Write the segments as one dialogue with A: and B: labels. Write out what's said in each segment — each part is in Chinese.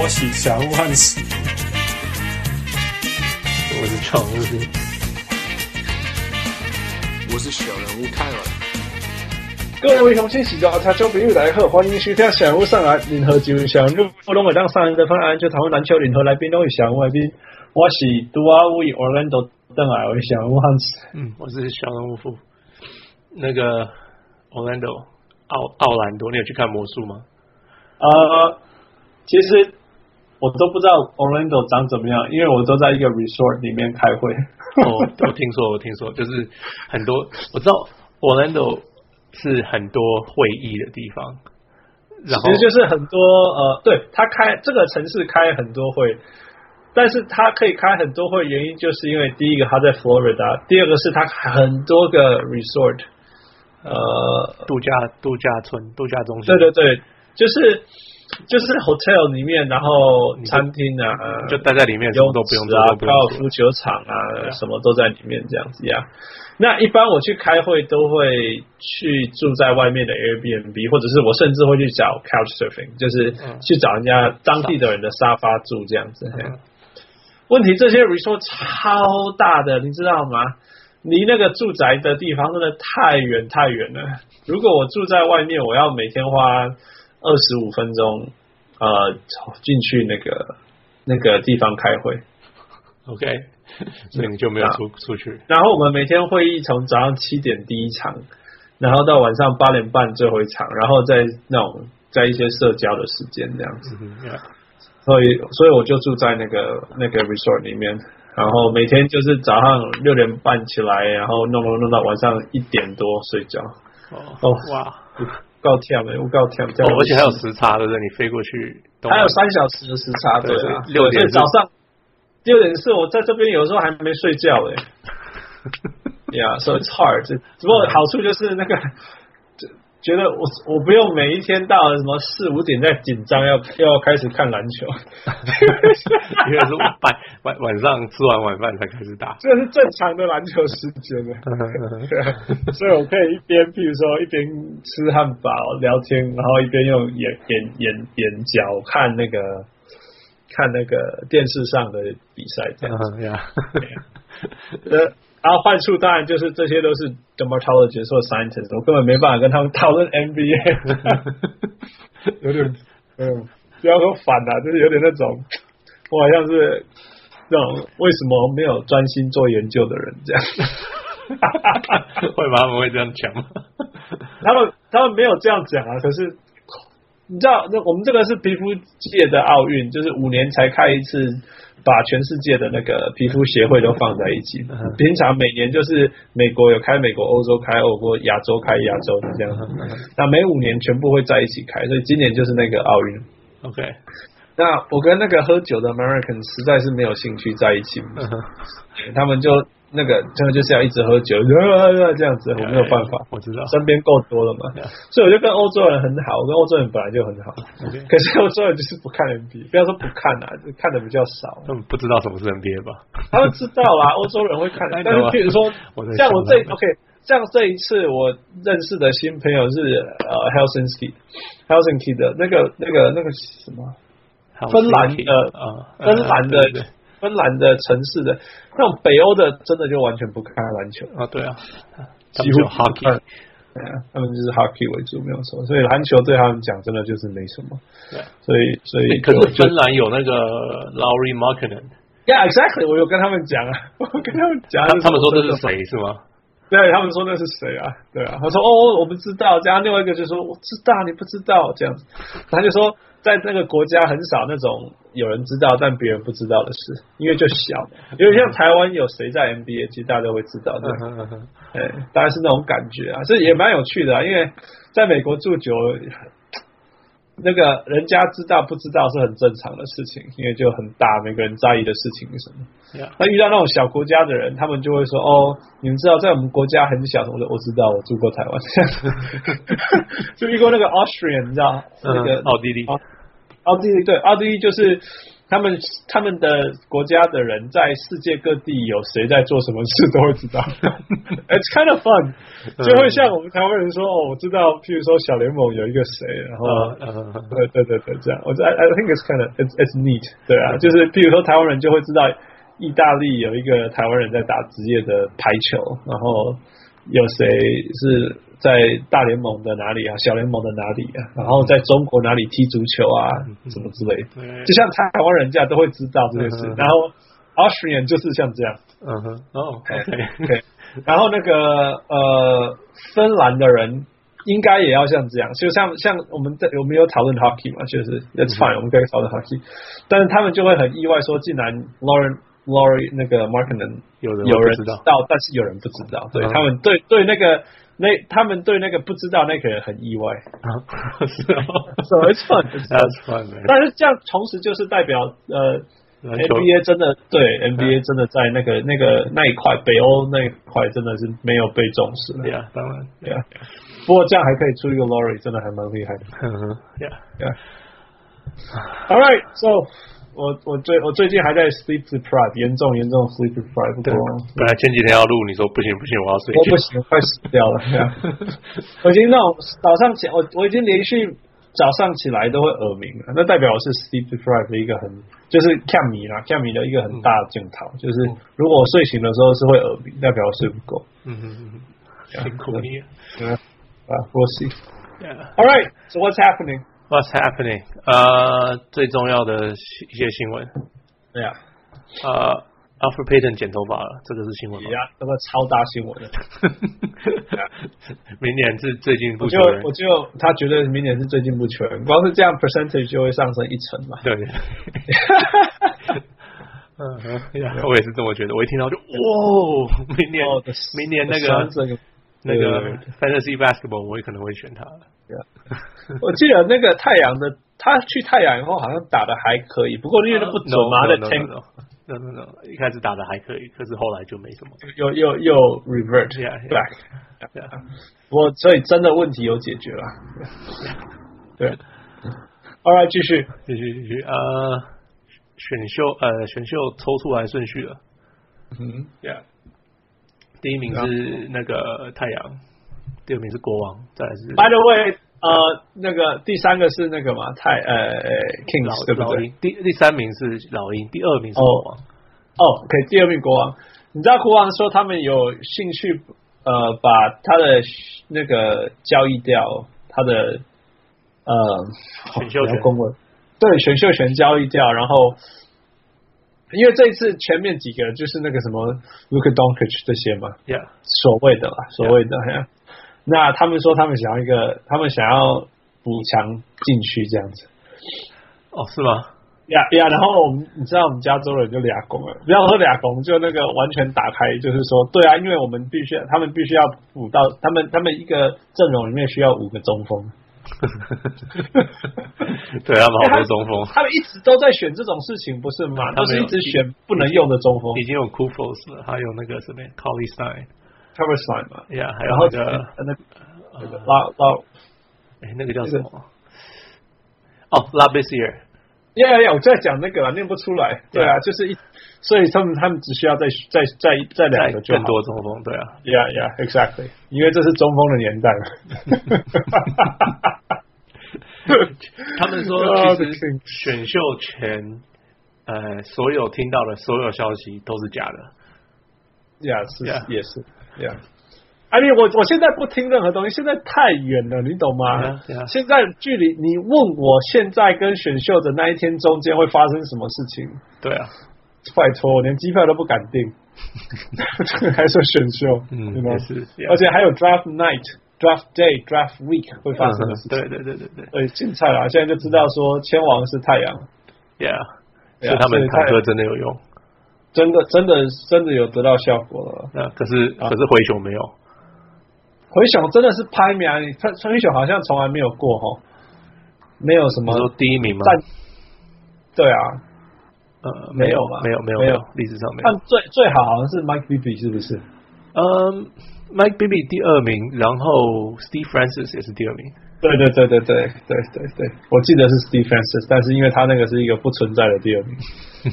A: 我喜祥万喜，
B: 我是常务。
C: 我是小人物泰尔。
D: 各位雄心喜早，茶中朋友来贺，欢迎收听小人物上岸联合球小人物互动会当三人得分安就讨论篮球联合来宾都是小人物来宾，我是杜阿为 Orlando 邓来，我是小人物汉斯。
B: 嗯，我是小人物富。那个 Orlando 奥奥兰多，你有去看魔 术吗？
D: 呃，其实我都不知道 Orlando 长怎么样，因为我都在一个 resort 里面开会。
B: 哦，我听说，我听说，就是很多我知道 Orlando 是很多会议的地方，然后
D: 其实就是很多呃，对他开这个城市开很多会，但是他可以开很多会，原因就是因为第一个他在 Florida，第二个是他很多个 resort，呃，
B: 度假度假村、度假中心，
D: 对对对，就是就是 hotel 里面，然后
B: 你就
D: 餐厅啊，
B: 就待在里面，什
D: 游
B: 么都
D: 泳池
B: 不用做，
D: 啊
B: 都、不
D: 高
B: 用
D: 尔
B: 做
D: 夫球场
B: 对
D: 啊，
B: 啊
D: 什么都在里面这样子呀。那一般我去开会都会去住在外面的 Airbnb，或者是我甚至会去找 Couch Surfing，就是
B: 嗯
D: 去找人家当地的人的沙发住这样子。嘿
B: 嗯
D: 问题这些 resort 超大的，你知道吗？离那个住宅的地方真的太远太远了。如果我住在外面，我要每天花二十五分钟，呃，进去那个那个地方开会。
B: OK，所以你就没有
D: 啊
B: 出出去。
D: 然后我们每天会议从早上七点第一场，然后到晚上八点半最后一场，然后再那种在一些社交的时间这样子。
B: 嗯哼，yeah，
D: 所以，所以我就住在那个那个 resort 里面，然后每天就是早上六点半起来，然后弄弄弄到晚上一点多睡觉，
B: 哦
D: 哦
B: 哇，
D: 够跳没？我够跳跳、
B: 哦，而且还有时差，对不对？你飞过去，东
D: 还有
B: 南
D: 三小时的时差，
B: 对
D: 对啊，
B: 所以6
D: 对所
B: 点
D: 以
B: 是
D: 早上六点是我在这边有时候还没睡觉 哎、Yeah, so it's hard. 不过好处就是那个，就觉得我我不用每一天到什么四五点再紧张要要开始看篮球，
B: 因为是晚晚晚上吃完晚饭才开始打。
D: 这是正常的篮球时间 呢。 对啊，所以我可以一边，譬如说一边吃汉堡聊天，然后一边用眼眼眼眼角看那个看那个电视上的比赛这样子。
B: 嗯呀，
D: 呃，然后坏处当然就是这些都是 dermatologist 或 scientist，我根本没办法跟他们讨论 NBA，有点嗯，不要说反了、就是有点那种我好像是那种为什么没有专心做研究的人这 样。
B: 会吗？他们会这样讲 吗？
D: 他们他们没有这样讲啊，可是你知道，那我们这个是皮肤界的奥运，就是五年才开一次，把全世界的那个皮肤协会都放在一起。平常每年就是美国有开美国，欧洲开欧洲，亚洲开亚洲这样。那每五年全部会在一起开，所以今年就是那个奥运。
B: OK，
D: 那我跟那个喝酒的 American 实在是没有兴趣在一起，
B: 嗯哼
D: 他们就那个他们就是要一直喝酒， 这样 子我没有办法。
B: 哎我知 道。
D: 身边够多了嘛
B: Yeah.，
D: 所以我就跟欧洲人很好，我跟欧洲人本来就很好，
B: OK，
D: 可是欧洲人就是不看 NBA，不要说不看啊，就看的比较少。
B: 他们不知道什么是 NBA 吧？
D: 他们知道 啦，欧洲人会看
B: I，know
D: 但是譬如说
B: 哎啊我在，
D: 像我这
B: 想他们
D: OK，像这一次我认识的新朋友是呃 Helsinki，Helsinki 的那个那个那个什么芬兰的
B: 啊，
D: 芬兰的
B: 啊对对对
D: 芬兰的城市的那种北欧的，真的就完全不看篮球。
B: 啊，对啊，他
D: 几乎
B: 们就
D: 不看
B: hockey，
D: 对啊他们就是 hockey 为主，没有错。所以篮球对他们讲，真的就是没什么。
B: 对啊
D: 所以，所以
B: 欸可
D: 就是哎
B: 芬兰有那个 Laurie Markkinen，
D: Yeah, exactly. 我有跟他们讲啊， 我跟他们讲
B: 他
D: 啊，
B: 他们说这
D: 真的
B: 是谁是吗？
D: 对他们说那是谁啊？对啊，他说哦，我们知道。这样另外一个就说我知道，你不知道这样子。他就说在那个国家很少那种有人知道但别人不知道的事，因为就小嘛，有点像台湾有谁在 NBA，其实大家都会知道的。
B: 嗯哼嗯哼
D: 哎，当然是那种感觉啊，这也蛮有趣的啊，因为在美国住久了，那个人家知道不知道是很正常的事情，因为就很大，每个人在意的事情是什么。
B: Yeah
D: 那遇到那种小国家的人，他们就会说：“哦，你们知道在我们国家很小。”我说：“我知道，我住过台湾。” 就遇过那个 Austrian，你知道那个
B: 嗯奥地利
D: 哦奥地利对，奥地利就是他们他们的国家的人在世界各地有谁在做什么事都会知道，It's kind of fun，就会像我们台湾人说哦，我知道，譬如说小联盟有一个谁，然后、
B: 呃呃，
D: 对对对对，这样，我觉得 I I think it's kind of it's it's neat，对啊，就是譬如说台湾人就会知道，意大利有一个台湾人在打职业的排球，然后有谁是在大联盟的哪里啊，小联盟的哪里啊，然后在中国哪里踢足球啊，什么之类的，
B: 对
D: 就像台湾人家都会知道这件事
B: 嗯，
D: 然后 Austrian 就是像这样。
B: 嗯哼，哦，OK，
D: 对，然后那个呃，芬兰的人应该也要像这样，就像像我们在我们有讨论 hockey 嘛，就是 that's
B: 嗯
D: fine，、我们可以讨论 hockey，但是他们就会很意外说，竟然 Lauren Laurie 那个 Markman
B: 有人
D: 有人
B: 不知 道，
D: 道，但是有人不知道，对、
B: 嗯
D: 他们对对那个那他们对那个不知道那个人很意外
B: 啊是哦
D: ，so it's fun，it's fun
B: ，That's fun，man
D: 但是这样同时就是代表呃
B: 篮球
D: NBA 真的对
B: 嗯
D: NBA 真的在那个那个那一块北欧那一块真的是没有被重视的。
B: ，Yeah，当然
D: 对啊，不过这样还可以出一个 Lori，真的还蛮厉害的。
B: 嗯哼，Yeah，
D: 对啊 All right, so 我我最我最近还在 sleep deprived，严重严重 sleep deprived，
B: 对
D: 不过，
B: 本来前几天要录，你说不行不行，我要睡
D: 我
B: 觉
D: 不，行，快死掉 了。对啊我已经那种早上起，我我已经连续早上起来都会耳鸣了，那代表我是 sleep deprived 的一个很就是 cam 迷啦，cam 迷的一个很大的镜头，就是如果我睡醒的时候是会耳鸣，代表我睡不够。
B: 嗯哼，嗯哼辛苦你了
D: 对啊啊，We'll see.
B: ，Yeah。
D: All right, so what's happening?
B: What's happening？呃，最重要的一些新闻，
D: Yeah.
B: 呃，Alfred Payton 剪头发了，这个是新闻吗
D: 呀，这个超大新闻了！
B: 明年是最近不
D: 我
B: 球
D: 就
B: 员
D: 我，就他绝对明年是最进步球员，光是这样 percentage 就会上升一成嘛。
B: 对，嗯哼，呀我也是这么觉得。我一听到就哇，明 年
D: 哦
B: 明年那
D: the Suns
B: 个
D: 那个
B: 那个
D: 对
B: Fantasy Basketball，我也可能会选他。
D: 我记得那个太阳的，他去太阳以后好像打的还可以，不过因为他不准嘛，
B: 的
D: 在 tank
B: no no no，一开始打的还可以，可是后来就没什么。
D: 又又又 revert
B: Yeah, yeah.
D: back。
B: 对啊
D: 我所以真的问题有解决了。对，All right，继续。
B: 继续继续，呃，选秀呃选秀抽出来顺序了。
D: 嗯，
B: Yeah，第一名是那个太阳，第二名是国王，再来是
D: By the way，呃，那个第三个是那个嘛，太呃
B: 老
D: Kings 对不
B: 老
D: 对？
B: 鹰，第第三名是老鹰，第二名是
D: 哦
B: 国王。
D: 哦，可以第二名国王。你知道国王说他们有兴趣，呃，把他的那个交易掉，他的呃
B: 选秀权
D: 哦要公文，对选秀权交易掉，然后因为这一次前面几个就是那个什么 Luka Doncic 这些嘛，
B: Yeah，
D: 所谓的啦，所谓的。嘿啊那他们说他们想要一个，他们想要补强禁区这样子。
B: 哦是吗？
D: 呀呀，然后我们你知道我们加州人就俩拱了，不要说俩拱，就那个完全打开，就是说，对啊，因为我们必须，他们必须要补到，他们他们一个阵容里面需要五个中锋，
B: 对他们好多中锋，
D: 他们一直都在选这种事情，不是吗？
B: 他
D: 就
B: 们
D: 是
B: 有
D: 一直选不能用的中锋
B: 已经有 k u f o s 了，还有那个什么 c o l l y Stein，Yeah，
D: t e r r s i n 嘛，
B: 还
D: 然后
B: 有那个呃
D: 那个那个拉拉，
B: 哎那个叫什么？哦 l a b i s i e r
D: 呀呀呀，我在讲那个啦，念不出来，对啊，就是一，所以他们他们只需要再再再再两
B: 在
D: 个就好
B: 更。多中锋，对啊，
D: Yeah, yeah, exactly. 因为这是中锋的年 代嘛。
B: 他们 说
D: Oh,
B: 其
D: the
B: 实
D: king.
B: 选秀前呃所有听到的所有消息都是假的。
D: Yeah，是
B: Yeah.
D: 也是，Yeah。I mean，我我现在不听任何东西，现在太远了，你懂吗
B: Yeah, yeah.
D: 现在距离你问我现在跟选秀的那一天中间会发生什么事情，
B: 对啊，
D: 拜托，我连机票都不敢 订，还说选秀，
B: 嗯
D: 对吗
B: 也是，Yeah.
D: 而且还有 draft night、draft day、draft week 会发生的事情，
B: 嗯对对对对对
D: 对，竞赛啦，现在就知道说签王是太阳，
B: ，Yeah，所
D: Yeah，
B: 以
D: 啊
B: 他
D: 所
B: 们
D: 以
B: 坦
D: 他
B: 克真的有用，
D: 真的真的真的有得到效果了。
B: 那可是
D: 啊
B: 可是灰熊没有，
D: 回想真的是拍名，他陈奕迅好像从来没有过哈，没有什
B: 你
D: 么
B: 说第一名吗？
D: 战，对啊，
B: 呃，
D: 没有吧
B: 没有，没有，
D: 没有，
B: 历史上没有
D: 但。最最好好像是 Mike Bibby 是不是？
B: 嗯，Mike Bibby 第二名，然后 Steve Francis 也是第二名。
D: 对对对对对对对对，我记得是 Steve Francis，但是因为他那个是一个不存在的第二 名。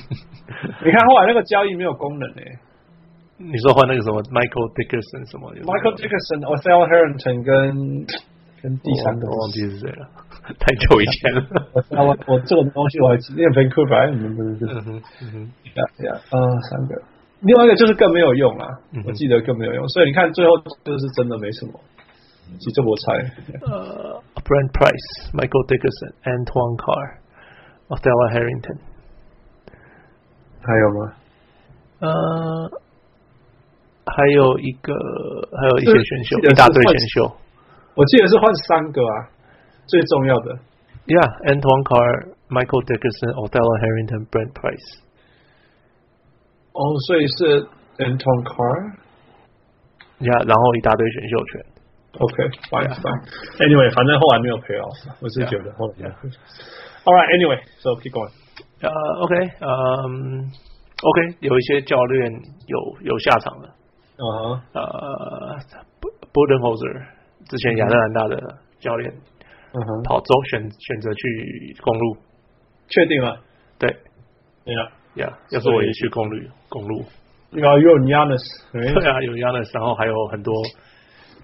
D: 你看后来那个交易没有功能诶、欸
B: 你说换那个什么 Michael Dickerson 什么有没有
D: m i c h a e l Dickerson、Othell Harrington 跟跟第三个
B: 我忘记是谁了， 太久以 前了。
D: 那我我这种东西我还记得，因为 Vancouver 哎你们不是
B: 嗯哼嗯哼
D: 呀呀啊三个，另外一个就是更没有用啦，
B: 嗯哼
D: 我记得更没有用，所以你看最后就是真的没什么。其实这我猜，嗯
B: 呃，Brent Price、Michael Dickerson、Antoine Carr、Ottawa Harrington，
D: 还有吗？
B: 呃，还有一个，还有一些
D: 就是
B: 选秀
D: 记，得
B: 一大
D: 是
B: 堆
D: 换
B: 选秀。
D: 我记得是换三个啊，最重要的。
B: Yeah，Antoine Carr、Michael Dickerson、Ottawa Harrington、Brent Price。
D: 哦，所以是 Anton Carr。
B: Yeah，然后一大堆选秀权。
D: OK，fine、fine。Anyway，反正后来没有 payoff，我是
B: Yeah
D: 觉得后来没有 payoff。All right, anyway, so keep going.
B: 呃，OK，嗯，OK，有一些教练有有下场了。
D: 啊、
B: 呃 b o d e n h o s e r 之前亚特兰大的教练
D: 嗯哼，
B: 跑州选选择去公路，
D: 确定了。
B: 对
D: Yeah，
B: 呀，要是我也去公路公路，
D: 然后又 Yanis，嗯
B: 对啊，有 Yanis，然后还有很多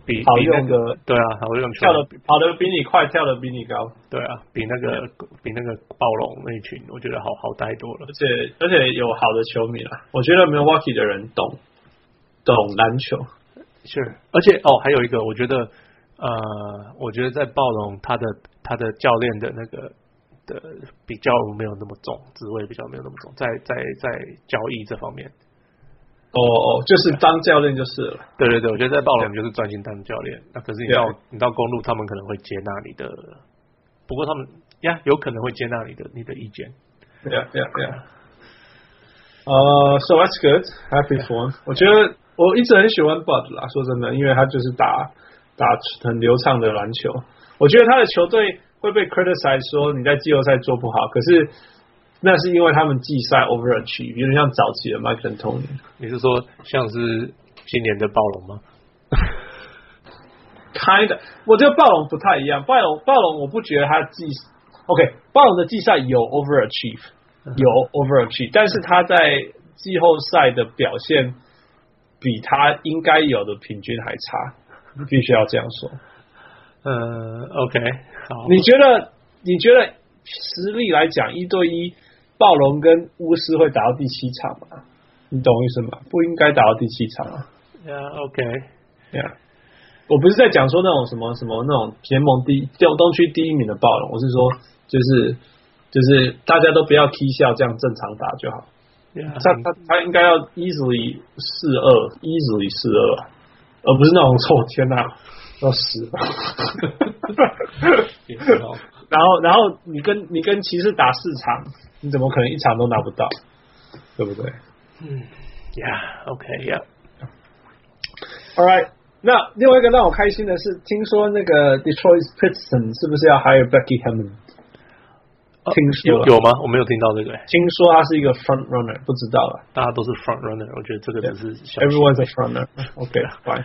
B: 比
D: 好
B: 比那
D: 用的
B: 个对啊，好用球
D: 跳的跑得比你快，跳得比你高，
B: 对啊，比那个比那个暴龙那一群，我觉得好好太多了
D: 而。且而且有好的球迷啦。我觉得 Milwaukee 的人懂懂篮球。哦
B: 是，而且哦，还有一个，我觉得呃，我觉得在暴龙他的他的教练的那个的比较没有那么重，职位比较没有那么重，在在在交易这方面，
D: 哦哦，就是当教练就是了。
B: 对对对，我觉得在暴龙就是专心当教练，那可是你到
D: 对
B: 你到公路，他们可能会接纳你的，不过他们呀有可能会接纳你的你的意见，
D: Yeah, yeah, yeah. 呃、s o that's good. Happy for him. 我觉得我一直很喜欢 Bud 啦，说真的，因为他就是打打很流畅的篮球。我觉得他的球队会被 criticize 说你在季后赛做不好，可是那是因为他们季赛 overachieve，有点像早期的 Mike D'Antoni。
B: 你是说像是今年的暴龙吗？
D: Kind，of, 我觉得暴龙不太一样。暴龙暴龙，我不觉得他季 OK，暴龙的季赛有 overachieve，有 overachieve，但是他在季后赛的表现比他应该有的平均还差，必须要这样说。
B: 嗯，OK，好，
D: 呃你觉得你觉得实力来讲，一对一暴龙跟巫师会打到第七场吗？你懂我意思吗？不应该打到第七场啊。
B: 呀 OK，
D: Yeah. 我不是在讲说那种什么什么那种联盟第一东东区第一名的暴龙，我是说就是就是大家都不要踢笑，这样正常打就好。
B: 呀
D: 他他他应该要 easily 四二，easily 四二，而不是那种我天哪、要死了。
B: 也是哦。
D: 然后然后你跟你跟骑士打四场，你怎么可能一场都拿不到？对不对？
B: Yeah，OK，Yeah，
D: All right，那另外一个让我开心的是，听说那个 Detroit Pistons 是不是要 hire Becky Hammond？、听说
B: 哦有有吗？我没有听到这个，欸
D: 听说他是一个 front runner，不知道了。
B: 大家都是 front runner，我觉得这个只是小
D: Everyone's a front runner. Okay, fine.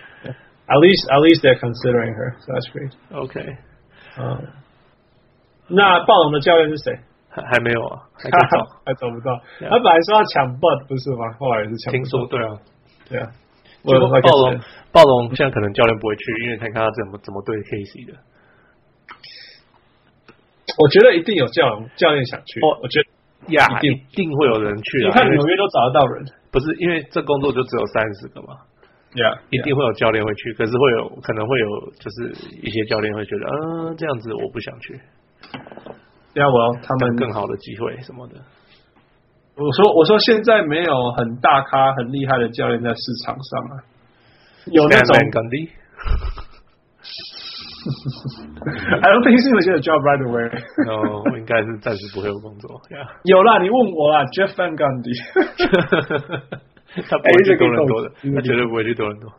D: At least, at least they're considering her. So that's great.
B: OK，
D: 嗯，那暴龙的教练是谁？
B: 还还没有啊，还在找。
D: 还找不到。
B: Yeah.
D: 他本来说要抢 Bud 不是吗？后来也是抢不到。
B: 听说对啊，
D: 对啊。
B: 不过
D: Well, like I
B: 暴龙
D: said.
B: 暴龙现在可能教练不会去，因为看看他怎么怎么对 Casey 的。
D: 我觉得一定有教练教练想去。
B: 哦
D: 我觉得
B: 呀
D: 一定
B: 一定会有人去
D: 你
B: 啊，
D: 看
B: 因为
D: 纽约都找得到人。
B: 不是因为这工作就只有三十个嘛，
D: Yeah，
B: 一定会有教练会去，可是会有可能会有就是一些教练会觉得，嗯、这样子我不想去，
D: Yeah，我他们
B: 更好的机会什么的。
D: 我说我说现在没有很大咖很厉害的教练在市场上啊，有那种
B: Man Gundy
D: I don't think 是有 get a job right away。
B: 然后哦我应该是暂时不会有工作。Yeah.
D: 有啦，你问我啦，Jeff Van Gundy。
B: 他
D: 哎
B: 不会去多伦多的，他绝对不会去多伦多。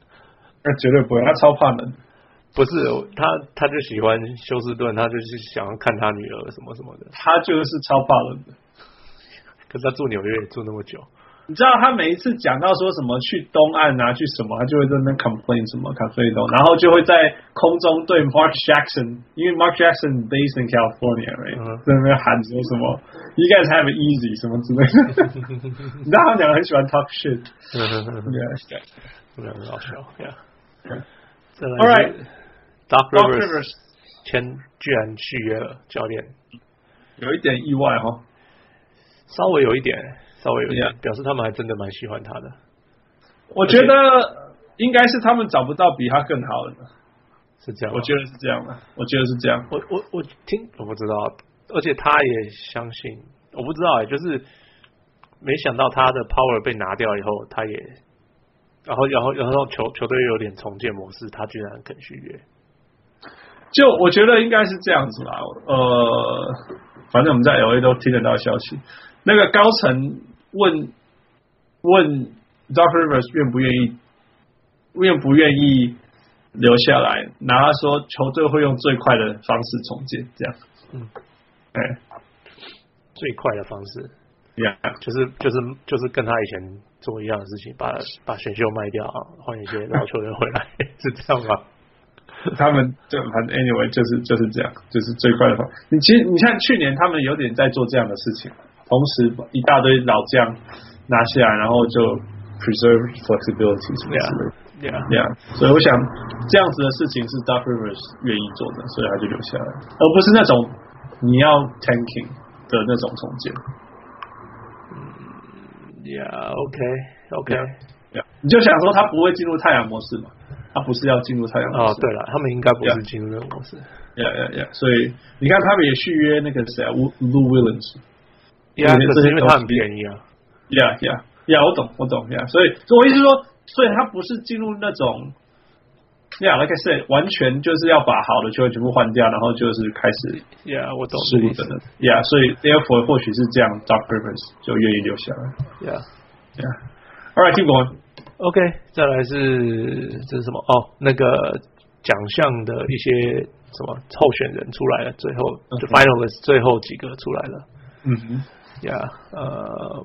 D: 那绝对不会，他超怕冷。
B: 不是他，他就喜欢休斯顿，他就是想要看他女儿什么什么的。
D: 他就是超怕冷的。
B: 可是他住纽约也住那么久，
D: 你知道他每一次讲到说什么去东岸啊，去什么，他就会在那边 complain 什么 complain 然后就会在空中对 Mark Jackson，因为 Mark Jackson based in California，right，、
B: 嗯
D: 在那边喊说什么 “You guys have it easy” 什么之类 的。你知道他们两个很喜欢 talk shit。Yeah.
B: 没有很好 笑，Yeah。再
D: 啊 All
B: 来
D: right.
B: 是 Doc
D: Doc
B: Rivers
D: Rivers
B: 签居然续约了教练，
D: 有一点意外哦。
B: 稍微有一点，稍微有一点
D: Yeah，
B: 表示他们还真的蛮喜欢他的。
D: 我觉得应该是他们找不到比他更好的，
B: 是这样吗，
D: 我觉得是这样的，我觉得是这样。
B: 我我我听我不知道，而且他也相信，我不知道哎、就是没想到他的 power 被拿掉以后，他也，然后然后然后球球队有点重建模式，他居然肯续约，
D: 就我觉得应该是这样子啦，呃，反正我们在 LA 都听得到消息。那个高层问问 Doc Rivers 愿不愿意，愿不愿意留下来，然后他说球队会用最快的方式重建，这样。
B: 嗯，
D: 哎、
B: 最快的方式
D: 这样。
B: 就是就是就是跟他以前做一样的事情，把把选秀卖掉，啊换一些老球员回来， 是这样吗？
D: 他们就反正 anyway 就是就是这样，就是最快的方。你其实你看去年他们有点在做这样的事情，同时把一大堆老将拿下来，然后就 preserve flexibility 什么之类的。
B: 对啊，
D: 对啊，所以我想这样子的事情是 Doc Rivers 愿意做的，所以他就留下来，而不是那种你要 tanking 的那种重建。
B: Yeah，OK，OK，、
D: 对啊你就想说他不会进入太阳模式嘛？他不是要进入太阳模
B: 哦
D: 式，，
B: 对了，他们应该不是
D: Yeah
B: 进入那个模式。
D: 呀呀呀！所以你看，他们也续约那个谁啊，Lou Williams。
B: Yeah，
D: 这些
B: 可是因为
D: 东
B: 他很
D: 西
B: 便宜啊。
D: 呀呀呀，我懂，我懂呀。所以，所以我意思说，所以他不是进入那种呀，like I said，完全就是要把好的球员全部换掉，然后就是开始
B: Yeah，我懂
D: 失
B: 这
D: 误
B: 个意
D: 的
B: 思。
D: 呀。所以，therefore，或许是这样，Doc Rivers 就愿意留下来。
B: Yeah。
D: 呀，All right，keep going。
B: OK，再来是这是什么？哦，那个奖项的一些什么候选人出来了，最后
D: 嗯
B: 就 finalist 最后几个出来了。
D: 嗯哼，
B: Yeah，呃，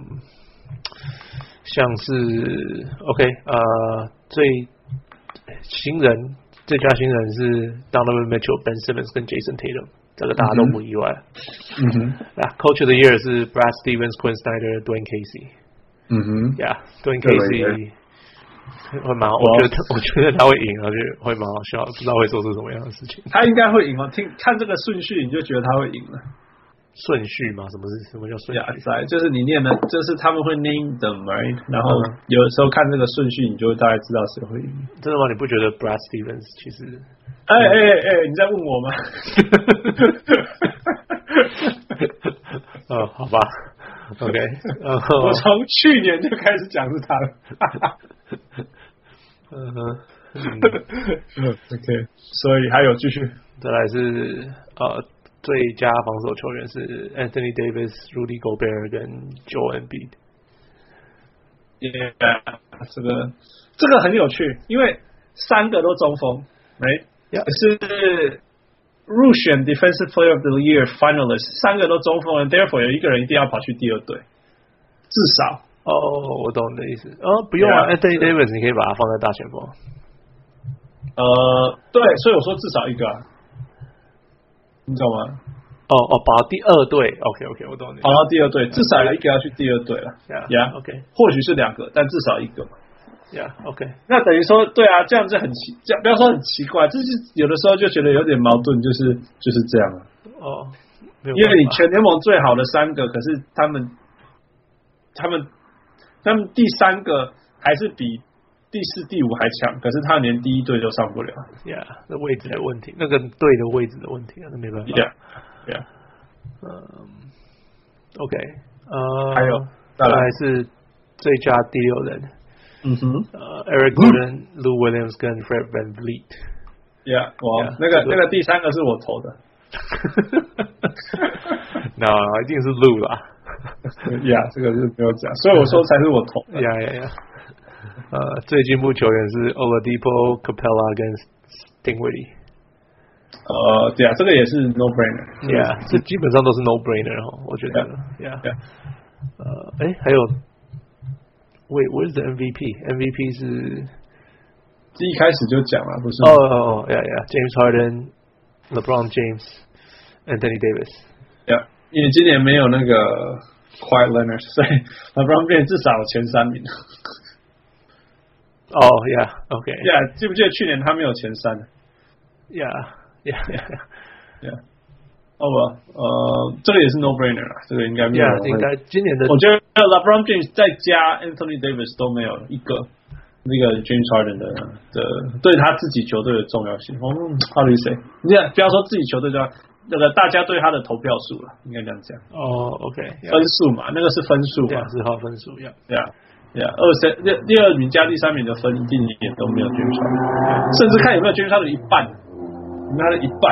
B: 像是 OK，呃，最新人最佳新人是 Donovan Mitchell、Ben Simmons 跟 Jason Tatum，这个大家都不意外。
D: 嗯哼，
B: 啊，Coach of the Year 是 Brad Stevens、Quinn Snyder、Dwayne Casey。
D: 嗯哼，
B: Yeah，Dwayne
D: 对对
B: Casey 会蛮好，我觉得他我觉得他会赢，而且会蛮好笑，不知道会做出什么样的事情。
D: 他应该会赢哦。听看这个顺序，你就觉得他会赢了。
B: 顺序嘛，什么是什么叫顺序
D: 呀，在就是你念的，就是他们会 name them right，然后
B: 嗯
D: 有的时候看这个顺序，你就会大概知道谁会赢。
B: 真的吗？你不觉得 Brad Stevens 其实
D: 哎哎哎哎，你在问我吗？
B: 呃，好吧，OK，然呃后
D: 我从去年就开始讲是他了。
B: 嗯哼， 嗯
D: OK，所以还有继续。
B: 再来是呃，最佳防守球员是 Anthony Davis、Rudy Gobert 跟 Joel Embiid。
D: Yeah，这个这个很有趣，因为三个都中锋，哎、
B: Yeah
D: 可是入选 Defensive Player of the Year finalist，三个都中锋，therefore 有一个人一定要跑去第二队，至少。
B: 哦，我懂你的意思。哦，不用啊
D: Yeah
B: ，Anthony Davis 你可以把它放在大前锋。
D: 呃，对，所以我说至少一个、啊，你懂吗？
B: 哦哦，保第二队，OK OK，我懂你。
D: 跑到第二队，至少有一个要去第二队了。
B: ，Yeah
D: Yeah
B: OK
D: 或许是两个，但至少一个嘛。
B: Yeah OK，
D: 那等于说，对啊，这样就很奇，这样不要说很奇怪，就是有的时候就觉得有点矛盾，就是就是这样啊。
B: 哦，因
D: 因为你全联盟最好的三个，可是他们他们他们第三个还是比第四、第五还强，可是他连第一队都上不了。
B: Yeah 那位置的问题，那个队的位置的问题啊，那没办法。
D: Yeah，对啊，
B: 嗯，OK，呃，
D: 还有再
B: 再
D: 来
B: 来是最佳第六人，
D: 嗯哼
B: 呃，Eric Gordon、Lou Williams 跟 Fred Van Vliet。
D: ，Yeah，我
B: Yeah，
D: 那个
B: 这个
D: 那个第三个是我投 的
B: 那一定是 Lou 啦。
D: ，Yeah，这个是没有讲，所以我说才是我投 的。
B: 呀呀呀！呃，最进步球员是 Oladipo、Capella 跟 Stingley。
D: 呃，对啊，这个也是 No brainer。
B: Yeah，这基本上都是 no brainer 哦，我觉得。Yeah，呃，哎，还有 Wait, what is the MVP? MVP 是
D: 一开始就讲了，不是吗
B: oh, oh, oh yeah yeah James Harden, LeBron James, Anthony Davis.
D: 呀因为今年没有那个 Quiet Leonard，所以 LeBron 变至少前三名。
B: Oh yeah, okay.
D: 呀、记不记得去年他没有前三？
B: Yeah, yeah, yeah.
D: 哦不，呃，这个也是 no brainer 啦，这个应该没有
B: yeah
D: 人会。
B: 应该今年的
D: 我觉得 LeBron James 再加 Anthony Davis 都没有一个那个 James Harden 的的对他自己球队的重要性。哦、嗯，到底谁？你看，不要说自己球队叫那个大家对他的投票数了，应该这样讲，
B: 哦，OK，
D: 分数嘛，那个是分数嘛
B: 两，十号分数，Yeah，
D: 对啊。对啊，二三第第二名加第三名的分一定也都没有 James Harden，甚至看有没有 James Harden 的一半，有没有他的一半。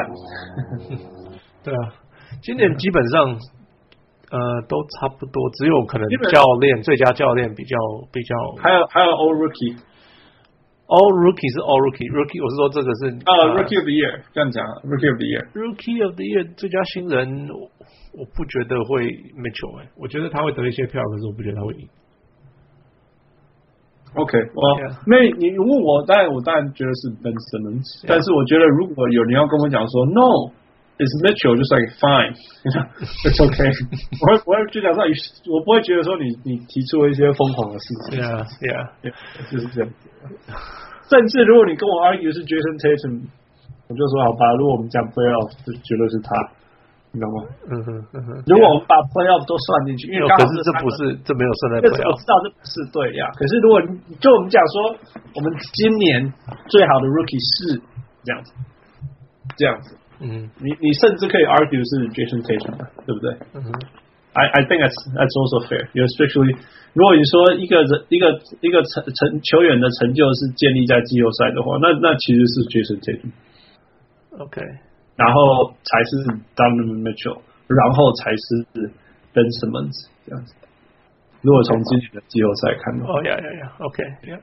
B: 对啊，今年基本上呃都差不多，只有可能
D: 基本
B: 教练最佳教练比较比较
D: 还有还有 All Rookie 呃
B: All Rookie 是 All Rookie，Rookie 我是说这个是
D: 啊、r o o
B: 呃
D: k i e of the Year 这样讲啊，Rookie of the Year。
B: Rookie of the Year 最佳新人，我我不觉得会 Mitchell 哎、我觉得他会得一些票，可是我不觉得他会赢。
D: OK，我
B: Yeah
D: 那你问我，当然我当然觉得是 Ben Simmons，但是我觉得如果有人要跟我讲说 No，is Mitchell 就是 like fine，it's OK，我 会我会就讲说，我不会觉得说你你提出了一些疯狂的事情
B: Yeah, yeah.
D: 就是这样子。甚至如果你跟我 argue 是 Jason Tatum，我就说好吧，如果我们讲 playoff，就绝对是他，你懂吗？
B: 嗯哼嗯哼。
D: 如果我们把 playoff 都算进去，因
B: 没有
D: 为刚好
B: 哦可是这
D: 三
B: 不
D: 个
B: 是这没有算
D: 这
B: 在 p
D: 是我
B: l
D: 知道这不是对呀。可是如果你就我们讲说，我们今年最好的 rookie 是这样子，这样子，
B: 嗯
D: 你你甚至可以 argue 是 Jason Tatum 的，对不对
B: 嗯哼
D: ？I I think that's that's also fair. You especially 如果你说一个人一个一个成成球员的成就是建立在季后赛的话，那那其实是 Jason Tatum，
B: ，OK，
D: 然后才是 Donovan Mitchell，然后才是 Ben Simmons 这样子。如果从今年的季后赛看的话
B: 哦呀呀呀，OK，呀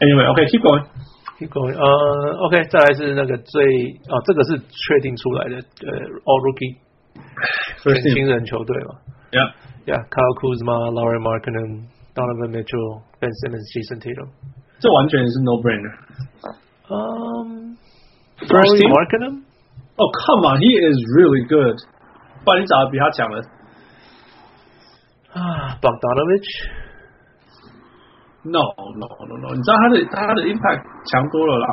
D: ，Anyway，OK，keep、going。
B: ，keep going，呃，OK，再来 Uh, 是那个最哦，这个是确定出来的，呃，All Rookie
D: 对
B: 全新人球队嘛
D: Yeah.
B: ，Yeah，Kyle Kuzma、Laurie Markkinen、Donovan Mitchell、Ben Simmons、Jason Tatum，
D: 这完全是 no brainer。
B: 嗯
D: First
B: ，Laurie
D: team?
B: Markkinen，
D: Oh come on, he is really good。不然你找的比他强的。
B: 啊，Bogdanovich。
D: No no no no，你知道他的他的 impact 强多了啦，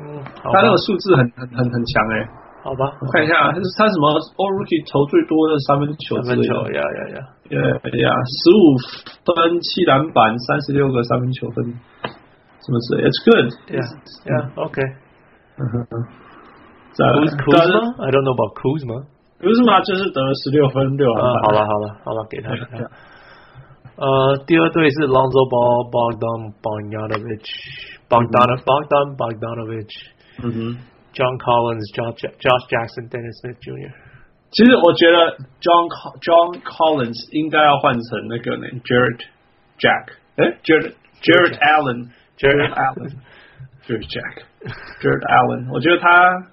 B: 嗯，好
D: 他
B: 吧
D: 那个数字很很很很强哎、
B: 好吧，
D: 我看一下，他是他什么 All Rookie 投最多的三分球
B: 三
D: 之类的，
B: 分球呀呀呀，
D: 对呀，十五分七篮板，三十六个三分球分，什么之类，It's good。
B: 呀 呀，OK。
D: 嗯哼哼再来
B: Kuz-
D: 但是
B: Kuzma，I don't know about Kuzma。
D: Kuzma 就是得了十六分六篮板。
B: 啊，好了好了好了，给他给他。呃，第二队是 Lonzo Ball、Bogdan Bogdanovic、Bogdan Bogdan Bogdanovic、
D: 嗯哼。
B: John Collins、Josh Josh Jackson、Dennis Smith Jr.
D: 其实我觉得 John Co- John Collins 应该要换成那个呢 Jared Jack，哎，Jared Jared Allen Jared Allen Jared Jack Jared Allen，我觉得他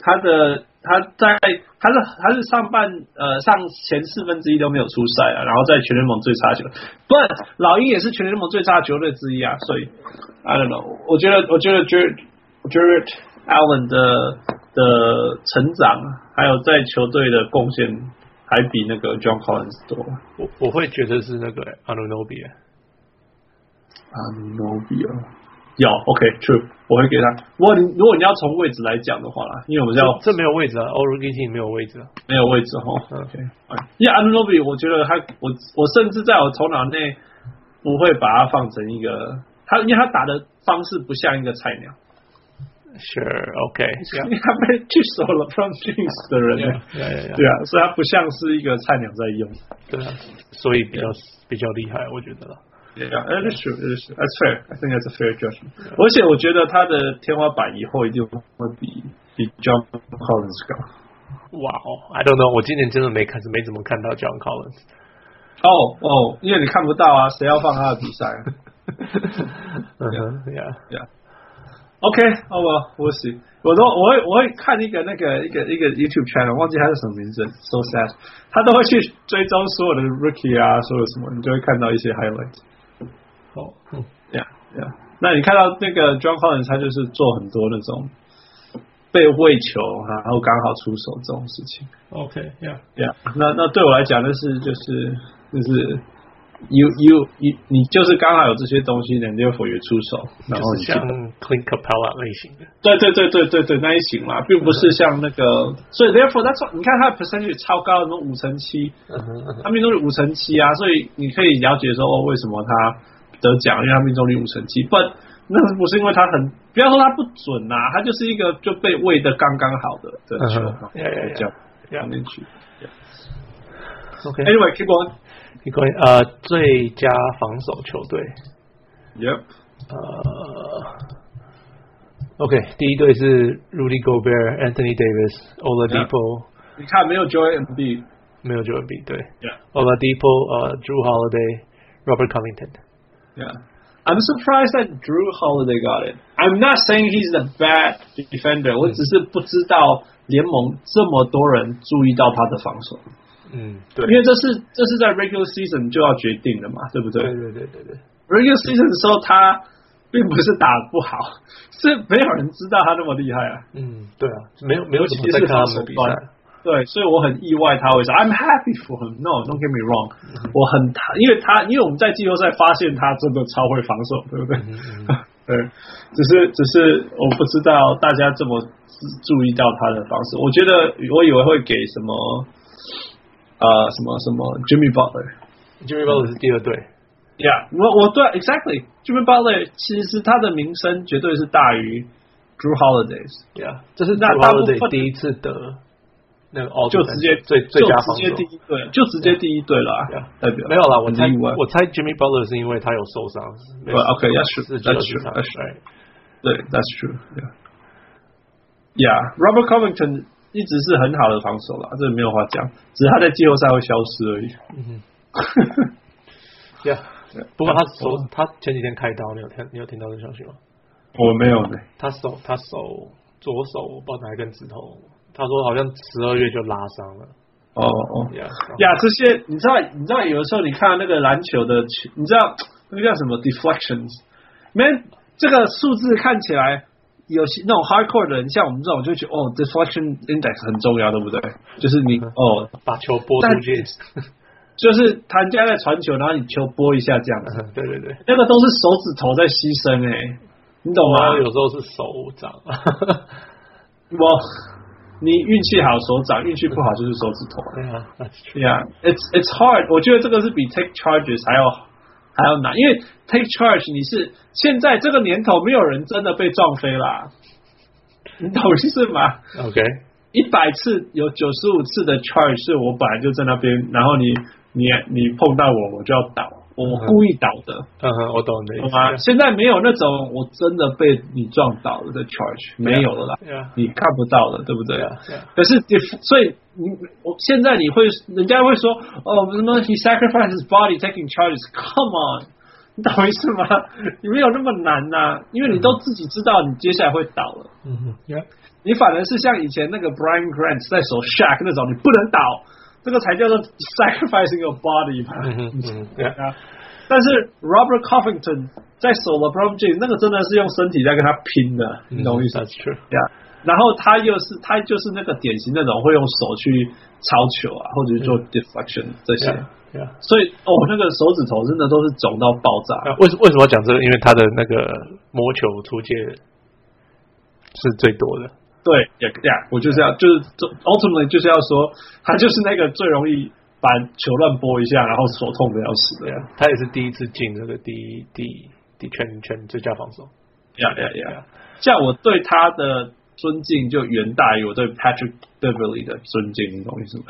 D: 他的他在他是他是上半呃上前四分之一都没有出赛啊，然后在全联盟最差球队，But 老鹰也是全联盟最差球队之一啊，所以 I don't know，我觉得我觉得 Jared Jared Allen 的的成长，还有在球队的贡献，还比那个 John Collins 多啊
B: 我我会觉得是那个 Anunobi，
D: ，no b 有 OK，true，、我会给他。如果你如果你要从位置来讲的话啦，因为我们要
B: 这这没有位置啊 o r u g i t 没有位置啊。
D: 没有位置哈。
B: 嗯
D: OK，因为 a n o b i 我觉得他，我我甚至在我头脑内不会把它放成一个他，因为他打的方式不像一个菜鸟，
B: Sure，OK，
D: 因为他被去手了 From James 的人呢，
B: 呀呀呀
D: 对啊，所以他不像是一个菜鸟在用。
B: 对啊，所以比较比较厉害，我觉得了。
D: Yeah, Uh, that's true. That's true. That's fair. I think that's a fair judgment. 而且我觉得他的天花板以后一定会比比 John Collins 高。
B: 哇哦，I don't know，我今年真的没看，没怎么看到 John Collins。
D: 哦哦，因为你 看不到啊，谁要放他的比赛啊？
B: 嗯哼，Yeah，
D: 对啊。 OK，好吧，我行，我都我会我会看一个那个一个一个 YouTube channel，忘记他是什么名字，so sad，他都会去追踪所有的 rookie 啊，所有什么，你就会看到一些 highlight。
B: 哦，嗯，
D: Yeah, yeah. 那你看到那个 John Collins，他就是做很多那种被喂球，然后刚好出手这种事情。
B: OK，Yeah，
D: Yeah，那那对我来讲，那是就是就是，you you you，你就是刚好有这些东西，能六佛也出手，然后
B: 就
D: 你
B: 是
D: 去
B: 像 Clint Capella 类型 的，
D: 对对对对对对那一型啦，并不是像那个，所以 therefore 他超，你看他的 percentage 超高，什么五成七，
B: 嗯哼嗯哼
D: 他命中率五成七啊，所以你可以了解说哦，为什么他得奖，因为他命中率五成七。But 那不是因为他很，不要说他不准呐、他就是一个就被喂的刚刚好的的球，
B: 嗯哼
D: 然后就这样
B: Yeah, yeah, yeah.
D: 放进去。
B: ，OK，
D: Anyway，keep on。
B: 你关于呃最佳防守球队，
D: Yep。
B: 呃，OK，第一队是 Rudy Gobert、Anthony Davis、Oladipo，
D: 你看没有 Joel M B。
B: 没有 Joel B 对
D: Yeah。
B: ，Oladipo 呃 Drew Holiday、Robert Covington。
D: Yeah. I'm surprised that Drew Holiday got it. I'm not saying he's a bad defender，我只是不知道联盟这么多人注意到他的防守。
B: 嗯，对
D: 因为这是这是在 regular season 就要决定的嘛，对不对
B: 对对对对对，
D: ？regular season 的时候他并不是打得不好，是没有人知道他那么厉害啊。
B: 嗯，对啊，没有没
D: 尤
B: 有怎
D: 其
B: 么在
D: 是
B: 看
D: 防
B: 他们
D: 守
B: 的比
D: 端
B: 赛，。
D: 对，所以我很意外他会上。I'm happy for him. No, don't get me wrong. 我很他，因为他因为我们在季后赛发现他真的超会防守，对不
B: 嗯
D: 对？ 对，只是只是我不知道大家这么注意到他的方式。我觉得我以为会给什么呃什么什么 Jimmy Butler。
B: Jimmy Butler 是第二队，
D: Yeah，我我对 exactly，Jimmy Butler 其实他的名声绝对是大于 Drew Holidays。
B: Yeah，这是
D: 那
B: Drew
D: 大部分
B: Holiday 第一次得那个 All
D: 就直接
B: 最最
D: 就
B: 佳
D: 直
B: 防
D: 接
B: 守
D: 第。一队，就直接第一队了啊
B: Yeah，
D: 代表
B: 没有啦，我猜
D: 很意外
B: 我猜 Jimmy Butler 是因为他有受伤，没有
D: OK, that's true,
B: 是只有
D: that's
B: 受
D: true,
B: 伤
D: that's true.
B: right.
D: 对，That's true. Yeah, yeah. Robert Covington 一直是很好的防守啦，这没有话讲，只是他在季后赛会消失而已。
B: Yeah，不过他手他前几天开刀，你有听你有听到这消息吗？
D: 我没有呢。
B: 他手他手左手我不知道哪一根指头，他说好像十二月就拉伤了。
D: 哦哦，
B: Yeah，
D: 呀，这些你知道，你知道有的时候你看那个篮球的球，你知道那个叫什么 deflections，man，这个数字看起来有些那种 hardcore 的人，像我们这种就会觉得哦 deflection index 很重要，对不对？就是
B: 嗯
D: 你哦，
B: 把球拨出去。
D: 就是人家在传球，然后你球拨一下这样子，
B: 嗯 对对对，
D: 那个都是手指头在牺牲哎、你懂
B: 然后
D: 吗？
B: 有时候是手掌。
D: 我你运气好手掌，运气不好就是手指头。
B: 对啊，That's true。
D: Yeah, it's it's hard. 我觉得这个是比 take charges 还要还要难，因为 take charge 你是现在这个年头没有人真的被撞飞啦，你懂意思吗？
B: OK，
D: 一百次有九十五次的 charge 是我本来就在那边，然后你你你碰到我我就要倒，我故意倒的，
B: 嗯哼，我懂你的意
D: 懂
B: 思。
D: 吗？现在没有那种我真的被你撞倒了的 charge，没有了啦。
B: Yeah，
D: 你看不到了，对不对
B: Yeah, yeah.
D: 可是 def- 所以你我现在你会，人家会说哦，什么 he sacrificed his body taking charges，come on，你懂我意思吗？ 你没有那么难呐、因为你都自己知道你接下来会倒了，
B: 嗯哼，Yeah，
D: 你反而是像以前那个 Brian Grant 在守 Shaq 那种，你不能倒，这个才叫做 sacrificing your body 嘛。
B: 嗯哼嗯哼，Yeah，
D: 啊。但是 Robert Covington 在守 LeBron James 那个真的是用身体在跟他拼的，你懂我意思吗？
B: ？That's true。
D: 对啊，然后他又是他就是那个典型那种会用手去抄球啊，或者是做
B: 嗯
D: deflection 这些，
B: Yeah, yeah.
D: 所以哦，那个手指头真的都是肿到爆炸。
B: 啊，为什为什么要讲这个？因为他的那个魔球出界是最多的。
D: 对，也呀，我就是要就是这 ultimately 就是要说，他就是那个最容易把球乱拨一下，然后手痛的要死的
B: 对
D: 呀
B: 啊，他也是第一次进这个第一第一第全全最佳防守。
D: 呀
B: 啊
D: 呀呀！像我对他的尊敬就远大于我对 Patrick Beverly 的尊敬，你懂我意思 吗？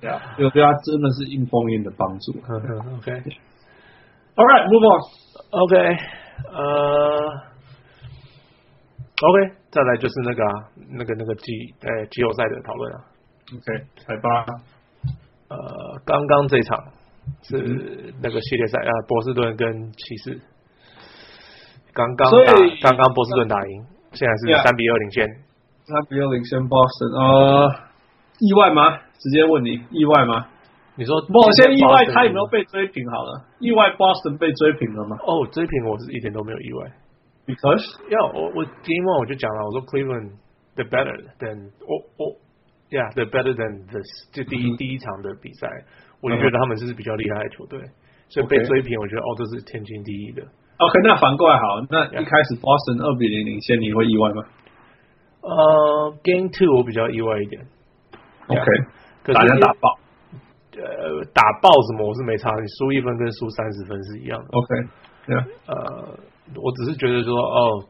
D: 对啊，我对他真的是硬风硬的帮助。
B: 嗯哼，OK
D: All right, move on.
B: OK，呃，OK，再来就是那个啊，那个那个季呃季后赛的讨论啊。
D: OK，海八。
B: 呃，刚刚这
D: 嗯
B: 场是那个系列赛啊，呃波士顿跟骑士。刚刚
D: 所以
B: 打刚刚波士顿打赢，现在是
D: Yeah
B: 三比二领先。
D: 他比较领先 Boston，呃，意外吗？直接问你，意外吗？
B: 你说
D: 不，我先意外
B: Boston
D: 他有没有被追平好了？意外 Boston 被追平了吗
B: 哦，这一瓶我是一点都没有意外。
D: ？Because
B: 要我我 Game One 我就讲了，我说 Cleveland the better than 我我 yeah the better than this 就第一、
D: 嗯哼
B: 第一场的比赛，我就觉得他们是比较厉害的球队，所以被
D: OK
B: 追平，我觉得哦这是天经地义的。
D: OK，那反过来好，那一
B: Yeah
D: 开始 Boston 二比零领先，你会意外吗
B: 呃、g a m e Two 我比较意外一点，Yeah
D: ？OK，
B: 可
D: 打
B: 是
D: 人打爆
B: 呃打爆什么我是没差，你输一分跟输三十分是一样的。
D: ，OK，对啊，
B: 呃，我只是觉得说哦。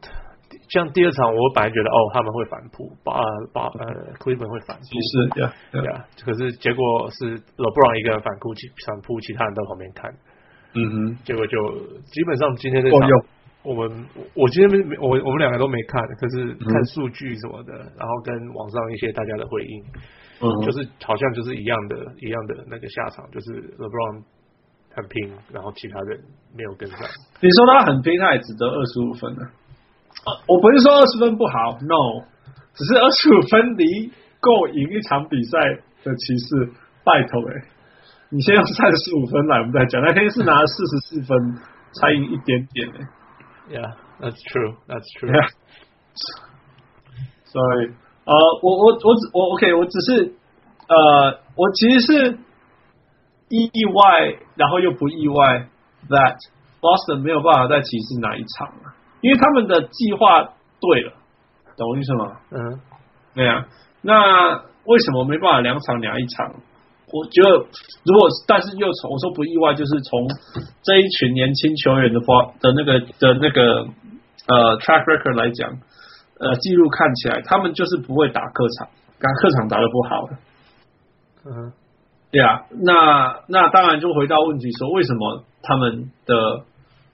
B: 像第二场，我本来觉得哦，他们会反扑，把把呃，Cleveland 会反扑，
D: 骑士对啊，对
B: 对
D: 啊，
B: 啊，可是结果是勒布朗一个人反扑其反扑，其他人在旁边看，
D: 嗯
B: 结果就基本上今天这
D: 够
B: 场
D: 用
B: 我们我我今天没我我们两个都没看，可是
D: 嗯
B: 看数据什么的，然后跟网上一些大家的回应，
D: 哼，嗯哼，
B: 就是好像就是一样的一样的那个下场，就是勒布朗很拼，然后其他人没有跟上。
D: 你说他很拼，他也只得二十五分呢、啊。我不是说二十分不好，no，只是二十五分离够赢一场比赛的骑士，拜托哎、你先用三十五分来，我们再讲。那天是拿了四十四分，才赢一点点哎、
B: Yeah, that's true. That's true.
D: 对啊 所以呃，我我我只我 OK，我只是呃，我其实是意外，然后又不意外，that Boston 没有办法在骑士拿一场了，因为他们的计划对了，懂我意思吗？
B: 嗯，
D: 对啊，那为什么没办法两场拿一场？我觉得，如果但是又从我说不意外，就是从这一群年轻球员的话的那个的那个呃 track record 来讲，呃记录看起来，他们就是不会打客场，打客场打得不好的，
B: 嗯，
D: 对啊，那那当然就回到问题说，为什么他们的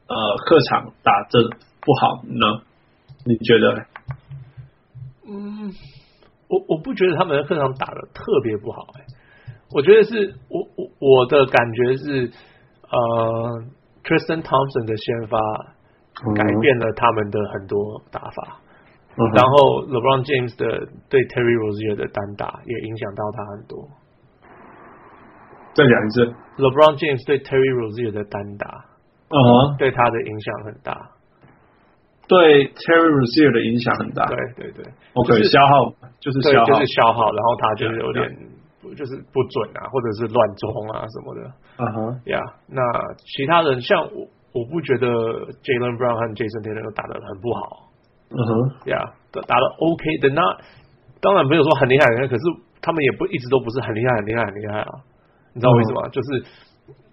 D: 呃客场打得不好呢？你觉得呢？
B: 嗯，我我不觉得他们的客场打的特别不好、欸，我觉得是我我我的感觉是，呃，Tristan Thompson 的先发改变了他们的很多打法，
D: 嗯哼，
B: 然后 LeBron James 的对 Terry Rozier 的单打也影响到他很多。
D: 再讲一次，
B: LeBron James 对 Terry Rozier 的单打
D: 嗯哼。
B: 对他的影响很大，
D: 对 Terry Rozier 的影响很大。
B: 对对对，
D: ，OK，、
B: 就是
D: 消耗就是
B: 对
D: 消耗，
B: 就是消耗，然后他就是有点
D: Yeah,
B: 就是不准啊，或者是乱冲啊什么的。
D: 嗯哼，
B: 呀那其他人像我，我不觉得 Jalen Brown 和 Jason Tatum 打得很不好
D: 嗯哼，
B: 呀打打得 OK 的那当然没有说很厉害，很厉害，可是他们也不一直都不是很厉害，很厉害，很厉害啊，你知道为什么？就是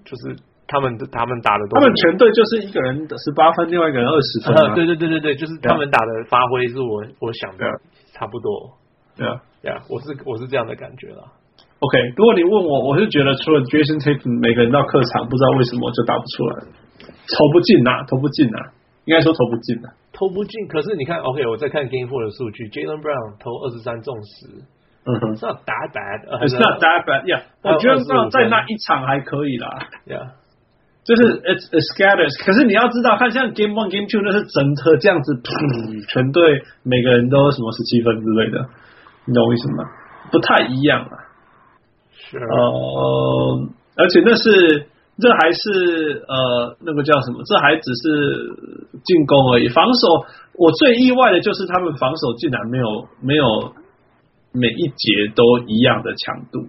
B: 就是他们他们打的都
D: 嗯他们全队就是一个人十八分，另外一个人二十分、啊
B: 啊， 对对对对对，就是他们打的发挥是我我想的
D: Yeah.
B: 差不多
D: 对啊。
B: 呀我是我是这样的感觉啦。
D: OK，如果你问我，我是觉得除了 Jason Tatum，每个人到客场不知道为什么就打不出来，投不进啊呐、投不进呐、应该说投不进啊呐、
B: 投不进，可是你看，OK，我在看 Game Four 的数据，Jalen Brown 投二十三中十
D: 嗯哼
B: ，It's not that bad，
D: ，It's not that bad，yeah，
B: 还有
D: 我觉得
B: 25分
D: 在那一场还可以啦。
B: yeah。
D: 就是 it's it scatters，可是你要知道，看像 game one game two 那是整个这样子，噗全队每个人都什么十七分之类的，你懂我意思吗？不太一样啊。
B: 是
D: 呃，而且那是这还是呃那个叫什么？这还只是进攻而已，防守我最意外的就是他们防守竟然没有没有每一节都一样的强度，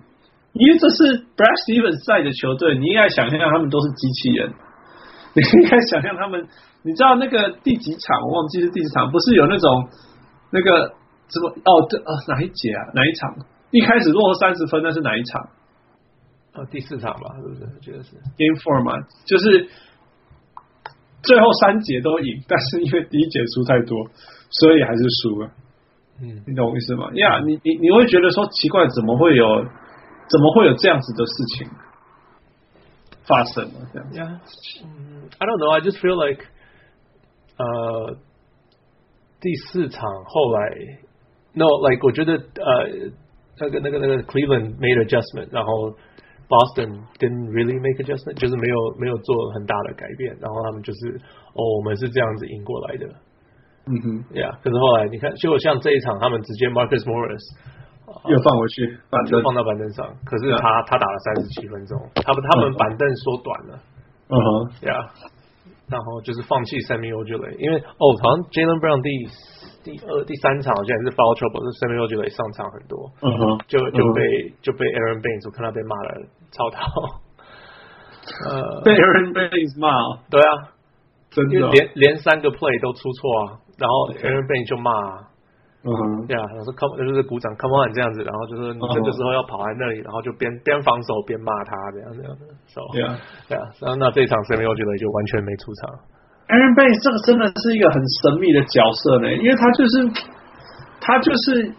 D: 因为这是 Brad Stevens 在的球队，你应该想象他们都是机器人， 你应该想象他们，你知道那个第几场我忘记是第几场，不是有那种那个什么哦这呃哪一节啊哪一场？一开始落后三十分，那是哪一场？
B: 呃第四场吧，是不是？我觉得是。
D: Game Four 嘛，就是最后三节都赢，但是因为第一节输太多，所以还是输了。
B: 嗯
D: 你懂我意思吗？呀、你你你会觉得说奇怪，怎么会有怎么会有这样子的事情发生呢？这样子
B: ，Yeah，嗯，I don't know，I just feel like，呃，第四场后来，No，like 我觉得呃，那个那个那个 Cleveland made adjustment，然后 Boston didn't really make adjustment，就是没有没有做很大的改变，然后他们就是哦，我们是这样子赢过来的
D: 嗯哼，
B: ，Yeah。可是后来你看，结果像这一场，他们直接 Marcus Morris
D: 又放回去，反正
B: 就放到板凳上，可是他他打了三十七分钟，他们他们板凳缩短了。
D: 嗯哼，
B: Yeah，然后就是放弃 Sammy Ojale，因为哦，好像 Jalen Brown 第第二、第三场好像也是 foul trouble，是 Sammy Ojale 上场很多，
D: 嗯哼，
B: 就
D: 嗯哼
B: 就被、就被 Aaron Baines 我看他被骂了操他，呃，
D: 被 Aaron Baines 骂哦，
B: 对啊，
D: 真
B: 因
D: 的
B: 为
D: 哦，
B: 连连三个 play 都出错啊，然后 Aaron Baines 就骂、啊。
D: 嗯哼，
B: 对啊，然后说 come 就是鼓掌 come on 这样子，然后就
D: 哦
B: 说你这个时候要跑在那里，然后就边边防守边骂他这样这样的，so
D: Yeah
B: 对啊，然后那这一场 Sammy Ojale 就完全没出场，
D: Aaron Baines 这个真的是一个很神秘的角色呢，因为他就是他就是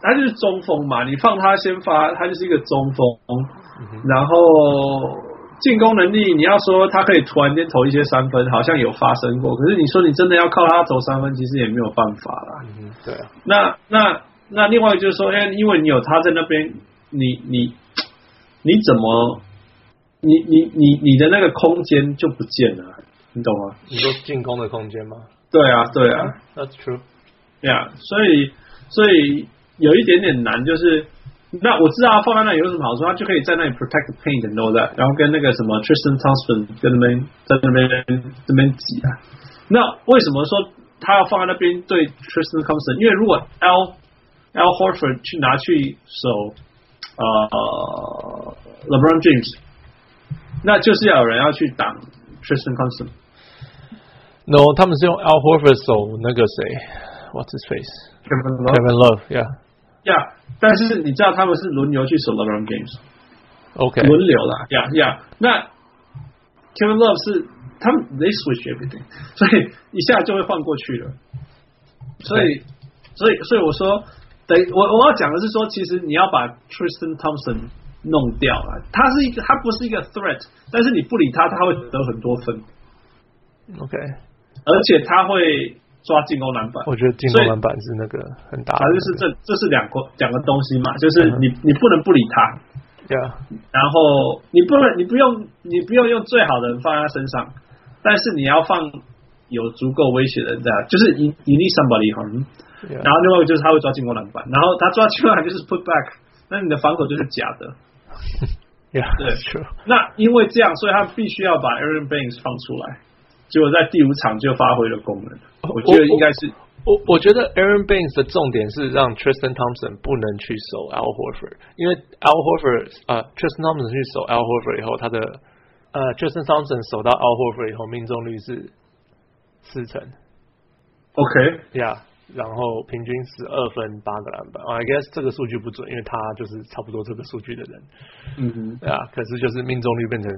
D: 他就是中锋嘛，你放他先发，他就是一个中锋，
B: 嗯
D: 然后进攻能力，你要说他可以突然间投一些三分，好像有发生过，可是你说你真的要靠他投三分，其实也没有办法啦。
B: 嗯哼，对啊。
D: 那那那另外就是说，哎，因为你有他在那边，你你你怎么你你你你的那个空间就不见了，你懂吗？
B: 你说进攻的空间吗
D: 对啊，对啊，
B: ？That's true。
D: 对啊，所以所以有一点点难，就是那我知道他放在那里有什么好处，他就可以在那里 protect the paint and all that，然后跟那个什么 Tristan Thompson 跟那边在那边那边挤啊。那为什么说他要放在那边对 Tristan Thompson？因为如果 L L Horford 去拿去守呃 LeBron James，那就是要有人要去挡 Tristan Thompson。
B: No，他们是用 Al Horford 守那个谁，What's his face？Kevin Love，Yeah。
D: Yeah，但是你知道他们是轮流去守 LeBron James。
B: OK，
D: 轮流啦，Yeah Yeah。那 Kevin Love 是他们 they switch everything，所 以一下就会换过去了。所以所以所以我说，等我我要讲的是说，其实你要把 Tristan Thompson 弄掉了，他是一个他不是一个 threat，但是你不理他，他会得很多分，
B: OK，
D: 而且他会抓进攻篮板。
B: 我觉得进
D: 所
B: 攻
D: 以
B: 篮板是那个很大的
D: 反正
B: 那个，
D: 是这这是两个两个东西嘛，就是你你不能不理他，
B: Yeah，
D: 然后你不能，你不用，你不用用最好的人放在他身上，但是你要放有足够威胁的人在，就是你你 need somebody harm。然
B: yeah，
D: 后另外一个就是他会抓进攻篮板，然后他抓进攻篮板就是 put back，那你的防守就是假的。
B: yeah，
D: 对
B: that's true。
D: 那因为这样，所以他必须要把 Aaron Banks 放出来，结果在第五场就发挥了功能。我觉得应该
B: 哦
D: 是
B: 我我觉得 Aaron Baines 的重点是让 Tristan Thompson 不能去守 Al Horford，因为 Al Horford 呃 Tristan Thompson 去守 Al Horford 以后，他的呃 Tristan Thompson 守到 Al Horford 以后，命中率是四成哦
D: OK，
B: ，Yeah，然后平均十二分八个篮板、啊 i guess 这个数据不准，因为他就是差不多这个数据的人，
D: 嗯哼，
B: 对啊，可是就是命中率变成，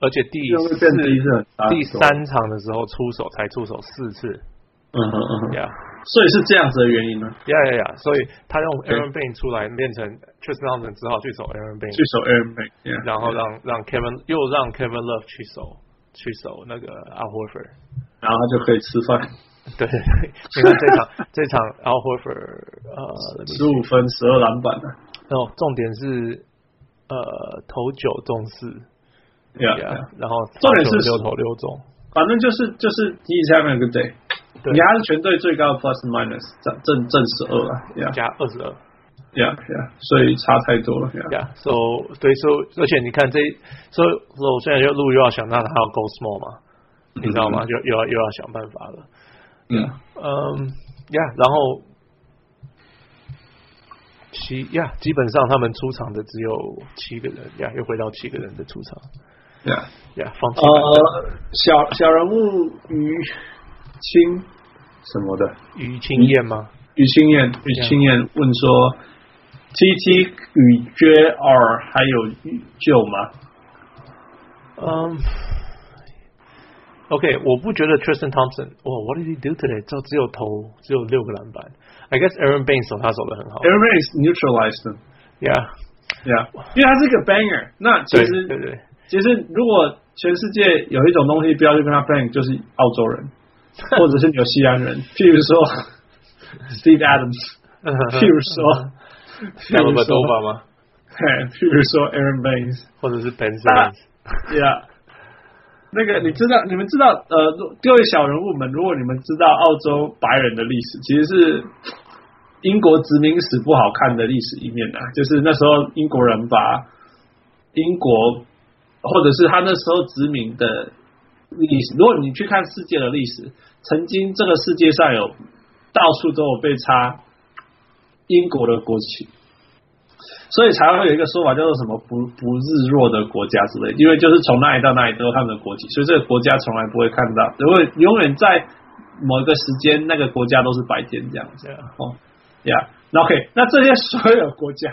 B: 而且第
D: 命中率变
B: 四
D: 低是很大的
B: 第三场的时候出手才出手四次
D: 嗯哼嗯哼，
B: ，Yeah。
D: 所以是这样子的原因呢，
B: 呀呀呀！所以他用 Aaron Bain 出来变成 Tristan Thompson 只好去守
D: 去
B: Aaron Bain，
D: 守 Aaron Banks，yeah
B: 然后让让 Kevin 又让 Kevin Love 去守去守那个 Al Horford。
D: 然后他就可以吃饭，
B: 对对对，因为这场这场 Al Horford 呃，
D: 十五分十二篮板啊了。
B: 哦，重点是呃投九中四
D: Yeah,
B: yeah，
D: yeah.
B: 然后
D: 重点是
B: 六投六中，
D: 反正就是就是 he's having a good day。
B: 对
D: 你还是全队最高的 plus and minus 正正正十二啊，yeah
B: 加二十二。
D: yeah yeah，所以差太多了，yeah
B: Yeah, so 对，so 而且你看这，所以所以我现在又路又要想到他要 go small 嘛，你知道吗？就又要又要想办法了。
D: 嗯
B: 嗯，Yeah，然后七，Yeah，基本上他们出场的只有七个人，Yeah，又回到七个人的出场
D: yeah，
B: ，Yeah，放弃板凳
D: 呃，小小人物于清什么的，
B: 于青燕吗？
D: 于清燕，于清燕问说，T T 与 J R 还有救吗？
B: 嗯，OK，我不觉得 Tristan Thompson，哇，What did he do today？就只有投只有六个篮板，I guess Aaron Baines 守他守的很好
D: e v e r y b o d y s neutralized them。
B: ，Yeah。
D: Yeah，因为它是一个 banger。那其
B: 对
D: 实
B: 对对
D: 其实如果全世界有一种东西不要去跟他 p l a n 就是澳洲人或者是纽西兰人， 譬如说 Steve Adams，譬如说，譬如
B: ，Alabama
D: 说
B: 吗？
D: 嘿，譬如说 Aaron Baines，
B: 或者是 Ben
D: 那
B: Simmons，
D: Yeah，那个你知道，你们知道，呃，各位小人物们，如果你们知道澳洲白人的历史，其实是英国殖民史不好看的历史一面啊，就是那时候英国人把英国或者是他那时候殖民的历史，如果你去看世界的历史，曾经这个世界上有到处都有被插英国的国旗，所以才会有一个说法叫做什么不不日弱的国家之类的，因为就是从那里到那里都有他们的国旗，所以这个国家从来不会看到，因为永远在某一个时间那个国家都是白天这样子。
B: 对啊
D: 哦，Yeah，那 OK，那这些所有国家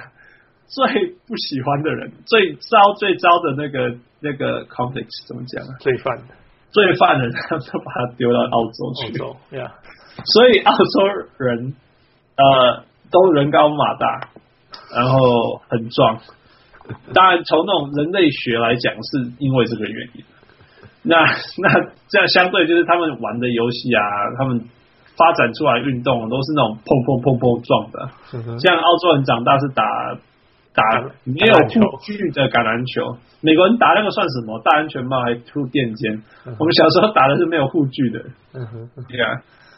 D: 最不喜欢的人，最糟最糟的那个那个 conflict 怎么讲啊？
B: 罪犯
D: 罪犯人， 他们都把他丢到澳洲
B: 澳
D: 去。
B: 洲，Yeah，
D: 所以澳洲人呃都人高马大，然后很壮。当然，从那种人类学来讲，是因为这个原因。那那这样相对就是他们玩的游戏啊，他们发展出来的运动都是那种砰砰砰砰撞的。
B: 嗯哼
D: 像澳洲人长大是打打
B: 打
D: 没有护具的橄榄球，美国人打那个算什么？大安全帽还吐垫肩。
B: 嗯哼
D: 我们小时候打的是没有护具的。
B: 嗯哼，嗯哼
D: 对啊，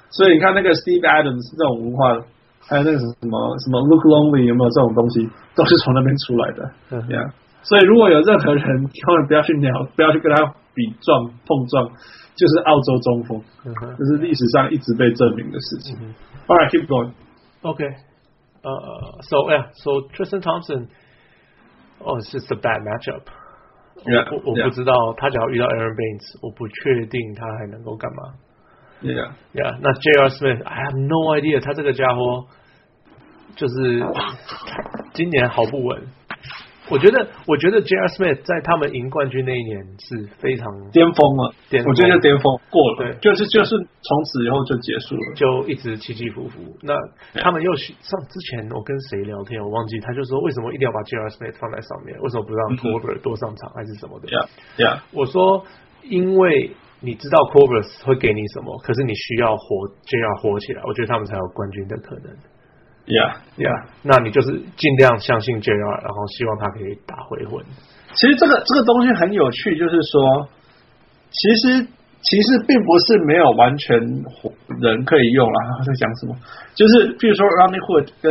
D: 所以你看那个 Steve Adams 这种文化，还有那个什么什么 Look Lonely 有没有这种东西，都是从那边出来的。
B: 嗯
D: 对啊，
B: 哼
D: 所以如果有任何人，千万不要去鸟，不要去跟他比撞碰撞，就是澳洲中锋，
B: 嗯哼
D: 这是历史上一直被证明的事情。
B: 嗯
D: All right, keep going.
B: Okay. Uh, so yeah, so Tristan Thompson. Oh, it's just a bad matchup.
D: Yeah,
B: 我不我不
D: yeah,
B: 知道他只要遇到 Aaron Baines，我不确定他还能够干嘛。
D: yeah.
B: Yeah，那 J.R. Smith，I have no idea，他这个家伙就是今年毫不稳。我觉得，我觉得 J.R. Smith 在他们赢冠军那一年是非常
D: 巅峰了，
B: 巅峰
D: 我觉得就巅峰过了，
B: 对
D: 就是就是从此以后就结束了。
B: 就一直起起伏伏。那他们又喜上之前，我跟谁聊天，我忘记，他就说为什么一定要把 J.R. Smith 放在上面，为什么不让 c o r b e r 多上场还是什么的？
D: 嗯 Yeah, yeah,
B: 我说，因为你知道 c o r b e r 会给你什么，可是你需要活 J.R. 活起来，我觉得他们才有冠军的可能。
D: yeah, yeah.
B: Yeah，那你就是尽量相信 JR，然后希望他可以打回魂。
D: 其实这个这个东西很有趣，就是说，其实其实并不是没有完全活人可以用啦。我在讲什么？就是譬如说 r o n n i e Hood 跟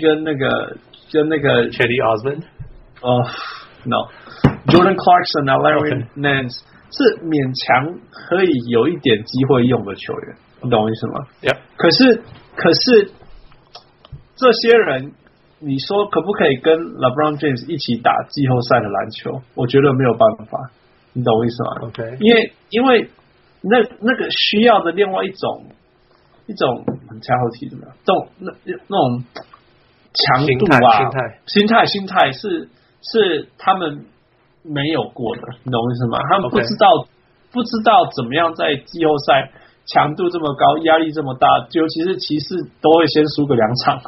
D: 跟那个跟那个
B: Chetty Osman，
D: 呃，no Jordan Clarkson 啊 Larry
B: OK
D: Nance 是勉强可以有一点机会用的球员，你懂我意思吗？
B: yeah，
D: 可是，可是这些人，你说可不可以跟 LeBron James 一起打季后赛的篮球？我觉得没有办法，你懂我意思吗
B: OK
D: 因为因为那那个需要的另外一种一种很恰好提怎么样？这种那那种强度啊，
B: 心态
D: 心态，心态是是他们没有过的，你懂我意思吗？他们不
B: OK
D: 知道不知道怎么样在季后赛强度这么高、压力这么大，尤其是骑士都会先输个两场，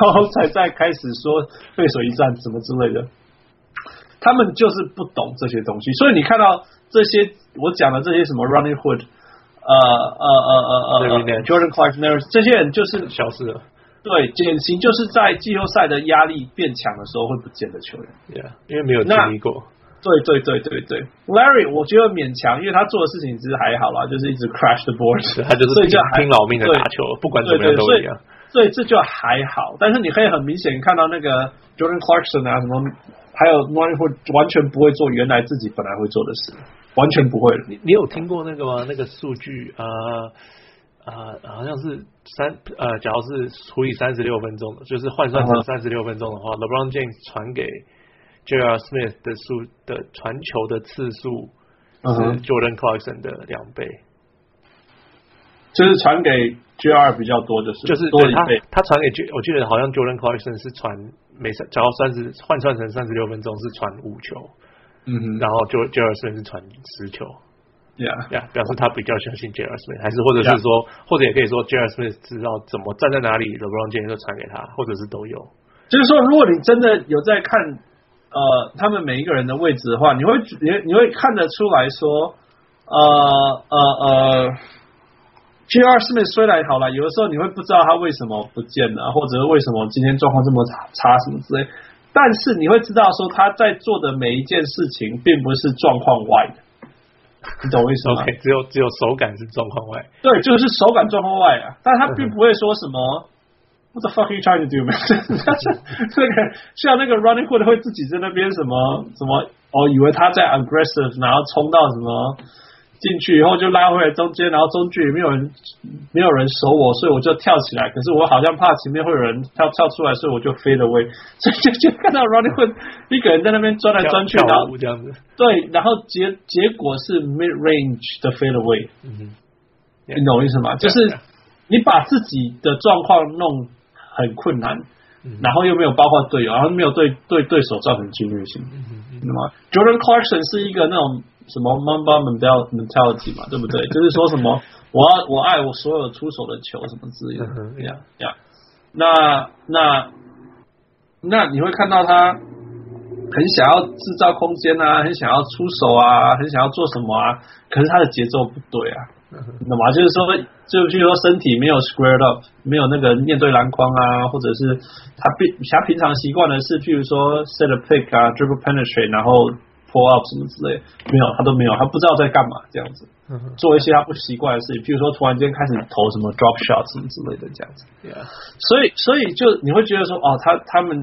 D: 然后才再开始说对手一战什么之类的。他们就是不懂这些东西，所以你看到这些我讲的这些什么 Running Hood，呃呃呃呃
B: Larry
D: 呃
B: Nance
D: ，Jordan Clark、n a r r 这些人就是
B: 消失了
D: 对，典型就是在季后赛的压力变强的时候会不见的球员。
B: ，Yeah，因为没有经
D: 那
B: 历过。
D: 对对对对对，Larry 我觉得勉强，因为他做的事情其实还好啦，就是一直 crash the board，
B: 对 他就是
D: 所以就
B: 拼
D: 还
B: 拼老命的
D: 对
B: 打球，不管
D: 对
B: 怎
D: 对，
B: 么样都
D: 所
B: 一
D: 以
B: 样。
D: 所以这就还好。但是你可以很明显看到那个 Jordan Clarkson 啊，什么还有 n o r n 会完全不会做原来自己本来会做的事，完全不会了。
B: 你你有听过那个吗？那个数据啊啊、呃呃，好像是三呃，假如是除以三十六分钟的，就是换算
D: 嗯
B: 成
D: 哼
B: 三十六分钟的话、l e b r o n James 传给 J.R. Smith 的数的传球的次数
D: 嗯
B: 是
D: 哼
B: Jordan Clarkson 的两倍。
D: 就是传给 JR 比较多，就是
B: 就是
D: 多
B: 对
D: 一
B: 他
D: 倍。
B: 他传给 J，我记得好像 Jordan Clarkson 是传每三，只要三十换算成三十六分钟是传五球，
D: 嗯哼
B: 然后 Jo j e r s o n 是传十球，
D: ，Yeah。
B: 呀、表示他比较相信 j e r s o n 还是或者是说或者也可以说 j e r s o n 知道怎么站在哪里，LeBron James 就传给他，或者是都有。
D: 就是说，如果你真的有在看呃他们每一个人的位置的话，你会你会你会看得出来说，呃呃呃，G.R. Smith 虽然好了，有的时候你会不知道他为什么不见了，或者是为什么今天状况这么差差什么之类。但是你会知道说他在做的每一件事情并不是状况外的，你懂我意思吗
B: OK，只有只有手感是状况外。
D: 对，就是手感状况外啊，但他并
B: 嗯
D: 不会说什么。What the fuck are you trying to do, man？但 是那个像那个 Running Hood 会自己在那边什么什么哦，以为他在 aggressive，然后冲到什么进去以后就拉回来中间，然后中距离没有人没有人守我，所以我就跳起来。可是我好像怕前面会有人跳跳出来，所以我就飞了 away。所 以就就看到 Running Hood 一个人在那边钻来
B: 跳
D: 钻去，
B: 跳
D: 然后
B: 舞这样子，
D: 对，然后结结果是 mid range 的 fade away，
B: 嗯哼，Yeah.
D: 你懂我意思吗？就是
B: yeah.
D: 你把自己的状况弄很困难，
B: 嗯
D: 然后又没有包括队友，然后没有对对对手造成侵略性，
B: 嗯哼嗯
D: 那么 Jordan Clarkson 是一个那种什么 Mamba mentality 嘛，对不对？就是说什么我要我爱我所有出手的球什么之类的
B: 嗯哼
D: 呀呀。那那那你会看到他很想要制造空间啊，很想要出手啊，很想要做什么啊，可是他的节奏不对啊。
B: 嗯哼
D: 那么就是说，就譬如说身体没有 squared up，没有那个面对篮筐啊，或者是他平他平常习惯的是，譬如说 set a pick 啊，dribble penetrate，然后 pull up 什么之类，没有他都没有，他不知道在干嘛这样子，
B: 嗯哼
D: 做一些他不习惯的事情，譬如说突然间开始投什么 drop shot 什么之类的这样子。
B: ，Yeah，
D: 所以所以就你会觉得说，哦，他他们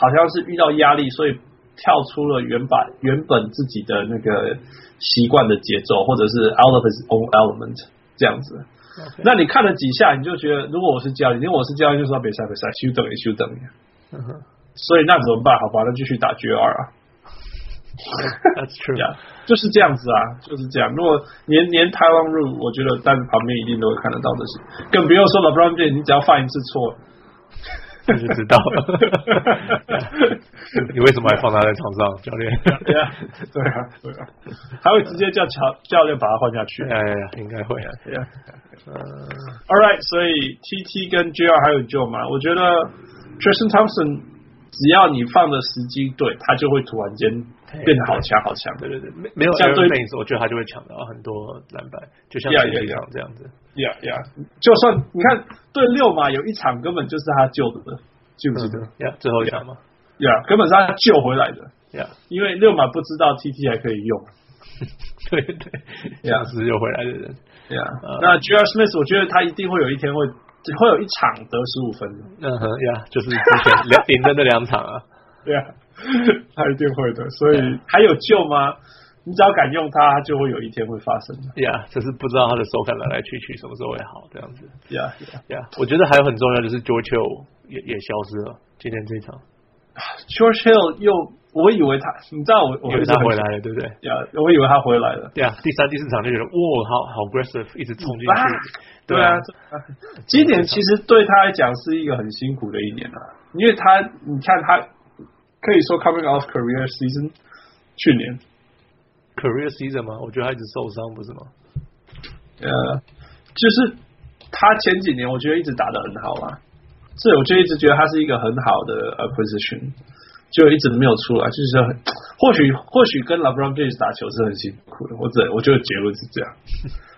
D: 好像是遇到压力，所以跳出了原版原本自己的那个习惯的节奏，或者是 out of his own element 这样子。
B: OK，
D: 那你看了几下，你就觉得，如果我是教练，因为我是教练，就说别赛别赛，休等一休等一。
B: 嗯
D: Uh-huh
B: 哼
D: 所以那怎么办？好吧，那继续打 GR 啊。
B: ，That's
D: 呀
B: true，
D: 就是这样子啊，就是这样。如果连连台湾入，我觉得但是旁边一定都会看得到这些，更不用说 LeBron James，你只要犯一次 错，
B: 那就知道 了。Yeah. 你为什么还放他在场上，教练？
D: 对啊，对啊，对啊，还会直接叫教教练把他换下去。
B: 哎呀，应该会啊。
D: 对啊
B: 嗯
D: All right，所以 TT 跟 JR 还有 Joe 嘛，我觉得 Tristan Thompson 只要你放的时机对，他就会突然间变得好强好强的
B: 对。对对，没没有
D: 像
B: Aaron
D: 对
B: Baines，我觉得他就会抢到很多篮板，就像
D: Yeah,
B: 前几
D: yeah,
B: 场这样子。
D: 呀呀，就算你看对六嘛，有一场根本就是他救的，记不记得？
B: 呀，最后一场嘛。
D: 呀根本是他救回来的，
B: 呀，
D: 因为六马不知道 TT 还可以用。
B: 对对，
D: Yeah.
B: 当时又回来的人。
D: 呀、
B: 嗯
D: 呃那 JR Smith 我觉得他一定会有一天会会有一场得十五分的。
B: 嗯哼呀，就是之前两赢的那两场啊。
D: 对啊， 他一定会的。所以还有救吗？你只要敢用它，它就会有一天会发生的。
B: 呀，只是不知道他的手感来来去去什么时候会好这样子。
D: Yeah,
B: 呀，我觉得还有很重要就是 George Hill 也也消失了，今天这一场，
D: George Hill 又，我以为他，你知道我我
B: 因为他回来了，对不对？
D: ，Yeah, 我以为他回来了。
B: 对啊，第三、第四场就觉得哇，好好 aggressive，一直冲进去
D: Back，。
B: 对
D: 啊， 今年其实对他来讲是一个很辛苦的一年啊，因为他，你看他可以说 coming off career season，去年，
B: career season 吗？我觉得他一直受伤，不是吗？
D: 呃，就是他前几年我觉得一直打得很好啊，所以我就一直觉得他是一个很好的呃 position，就一直没有出来，就是很或许或许跟 LeBron James 打球是很辛苦的，我只我觉得结论是这样，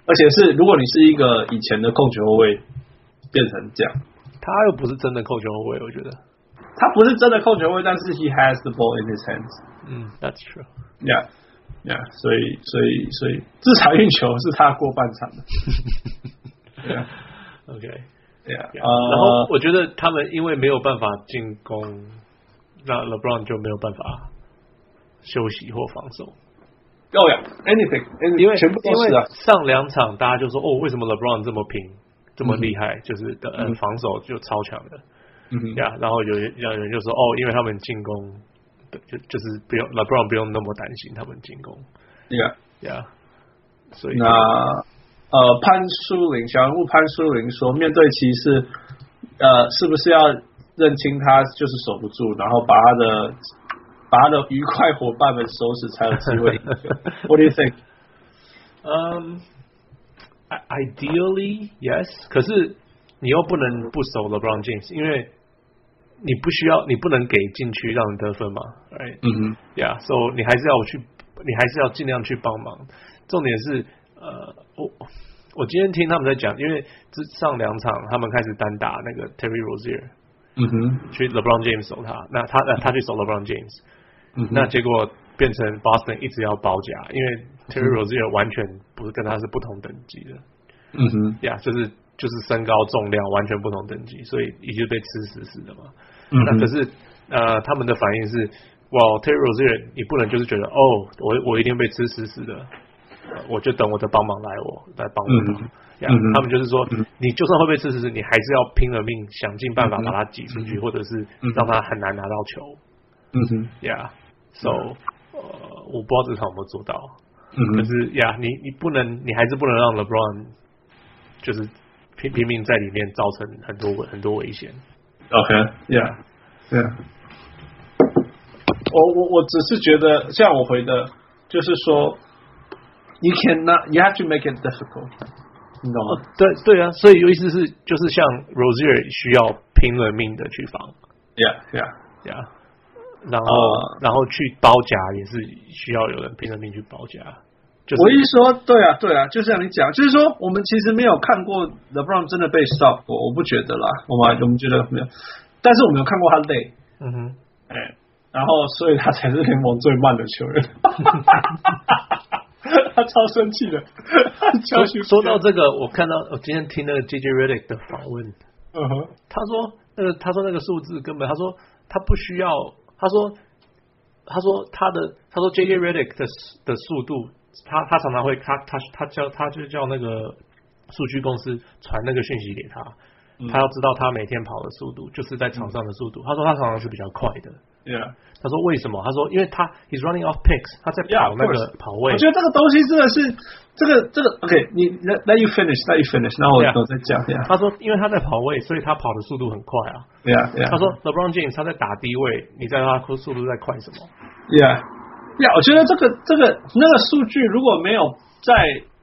D: 而且是如果你是一个以前的控球后卫变成这样，
B: 他又不是真的扣球后卫，我觉得。
D: 他不是真的控球后卫，但是 he has the ball in his hands。
B: 嗯，That's true。
D: Yeah, yeah，所以所以所以至少运球是他过半 场的，Yeah
B: OK。
D: Yeah，
B: 然后
D: 呃，
B: 我觉得他们因为没有办法进攻，那 LeBron 就没有办法休息或防守，
D: 哦呀，anything，
B: 因为
D: 全部都是
B: 因
D: 啊
B: 为，上两场大家就说哦，为什么 LeBron 这么平，这么厉害，就是的、呃
D: 嗯
B: 防守就超强的。
D: 嗯哼
B: 呀然后有人有人就说哦，因为他们进攻，对就就是不用 LeBron 不用那么担心他们进攻
D: ，Yeah，
B: 呀所以
D: 那呃，潘书林小人物潘书林说，面对骑士，呃，是不是要认清他就是守不住，然后把他的把他的愉快伙伴们收拾，才有机会赢球 ？What do you think？
B: 嗯、i- ideally yes，可是你又不能不守 LeBron James，因为你不需要你不能给禁区让人得分嘛，right？
D: 嗯哼，
B: 呀，所以你还是要去，你还是要尽量去帮忙。重点是，呃，我我今天听他们在讲，因为这上两场他们开始单打那个 Terry Rozier，
D: 嗯哼，
B: 去 LeBron James 守他，那他呃他去守 LeBron James，
D: 嗯哼嗯
B: 那结果变成 Boston 一直要包夹，因为 Terry Rozier 完全不是跟他是不同等级的，
D: 嗯哼，
B: 呀、就是就是身高重量完全不同等级，所以一直被吃死死的嘛。
D: 嗯哼
B: 那可是呃，他们的反应是，哇，Terry Rozier，你不能就是觉得哦，我我一定被吃死死的，呃我就等我的帮忙来我来帮我吧。
D: 嗯哼
B: 呀
D: 嗯哼
B: 他们就是说
D: 嗯，
B: 你就算会被吃死死，你还是要拼了命想尽办法把它挤出去，或者是
D: 嗯哼
B: 让他很难拿到球。
D: 嗯哼，
B: Yeah，so、呃，我不知道这场有没有做到。
D: 嗯哼，
B: 可是呀，你你不能，你还是不能让 LeBron 就是拼拼命在里面造成很多危很多危险。
D: OK，Yeah，对啊。我我我只是觉得，像我回的，就是说，You cannot, you have to make it difficult，你懂吗？
B: 对对啊，所以有意思是，就是像 Rozier 需要拼了命的去防
D: Yeah, yeah.
B: 呀然后、
D: 哦
B: 然后去包夹也是需要有人拼了命去包夹，就是
D: 我一说，对啊，对啊，就像你讲，就是说，我们其实没有看过 LeBron 真的被 stop 过，我不觉得啦，我们我们觉得没有，但是我们有看过他累，
B: 嗯哼，
D: 哎、然后所以他才是联盟最慢的球 员，他超生气的。
B: 说
D: 教训
B: 说到，这个，我看到我今天听那个 JJ Redick 的访问，
D: 嗯哼，
B: 他说，呃，他说那个数字根本，他说他不需要，他说，他说他的，他说 J J Redick 的的速度，他他常常会，他他他叫他就叫那个数据公司传那个讯息给他，
D: 嗯
B: 他要知道他每天跑的速度，就是在场上的速度。他说他常常是比较快的。
D: yeah，
B: 他说为什么？他说因为他 he's running off picks，他在
D: Yeah,
B: 跑
D: of
B: 那个
D: course. 啊
B: 跑位
D: 我觉。得这个东西真的是，这个这个 OK，你 let let you finish，let you finish，然后我
B: Yeah.
D: 我再讲一下。
B: 他说因为他在跑位，所以他跑的速度很快啊。
D: Yeah, yeah.
B: 他说 LeBron James 他在打低位，你在他速度在快什么？
D: Yeah, yeah，我觉得这个这个那个数据如果没有在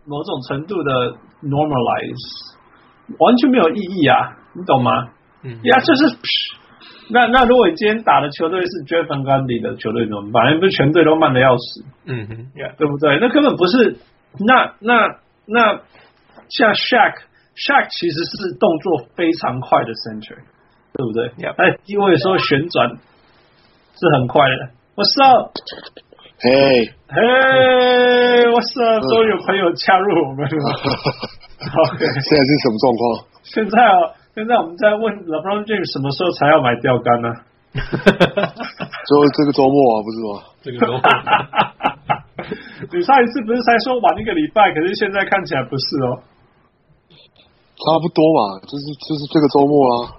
D: 某种程度的 normalize，完全没有意义啊，你懂吗
B: 嗯
D: ？Yeah，就是。那那如果你今天打的球队是 j e f f a n Gundy 的球队怎么办？那不是全队都慢的要死，
B: 嗯哼，Yeah。
D: 对不对？那根本不是。那那那像 Shaq Shaq 其实是动作非常快的 center，对不对
B: Yep
D: 哎，低位的时候旋转是很快的。What's up？
A: Hey.
D: 嘿，我是终于有朋友加入我们了。OK，
A: 现在是什么状况？
D: 现在啊，现在我们在问 LeBron James 什么时候才要买钓竿呢、
A: 就这个周末啊，不是吗？
B: 这个 都
D: 你上一次不是才说晚一个礼拜，可是现在看起来不是哦。
A: 差不多嘛，就是就是这个周末啊。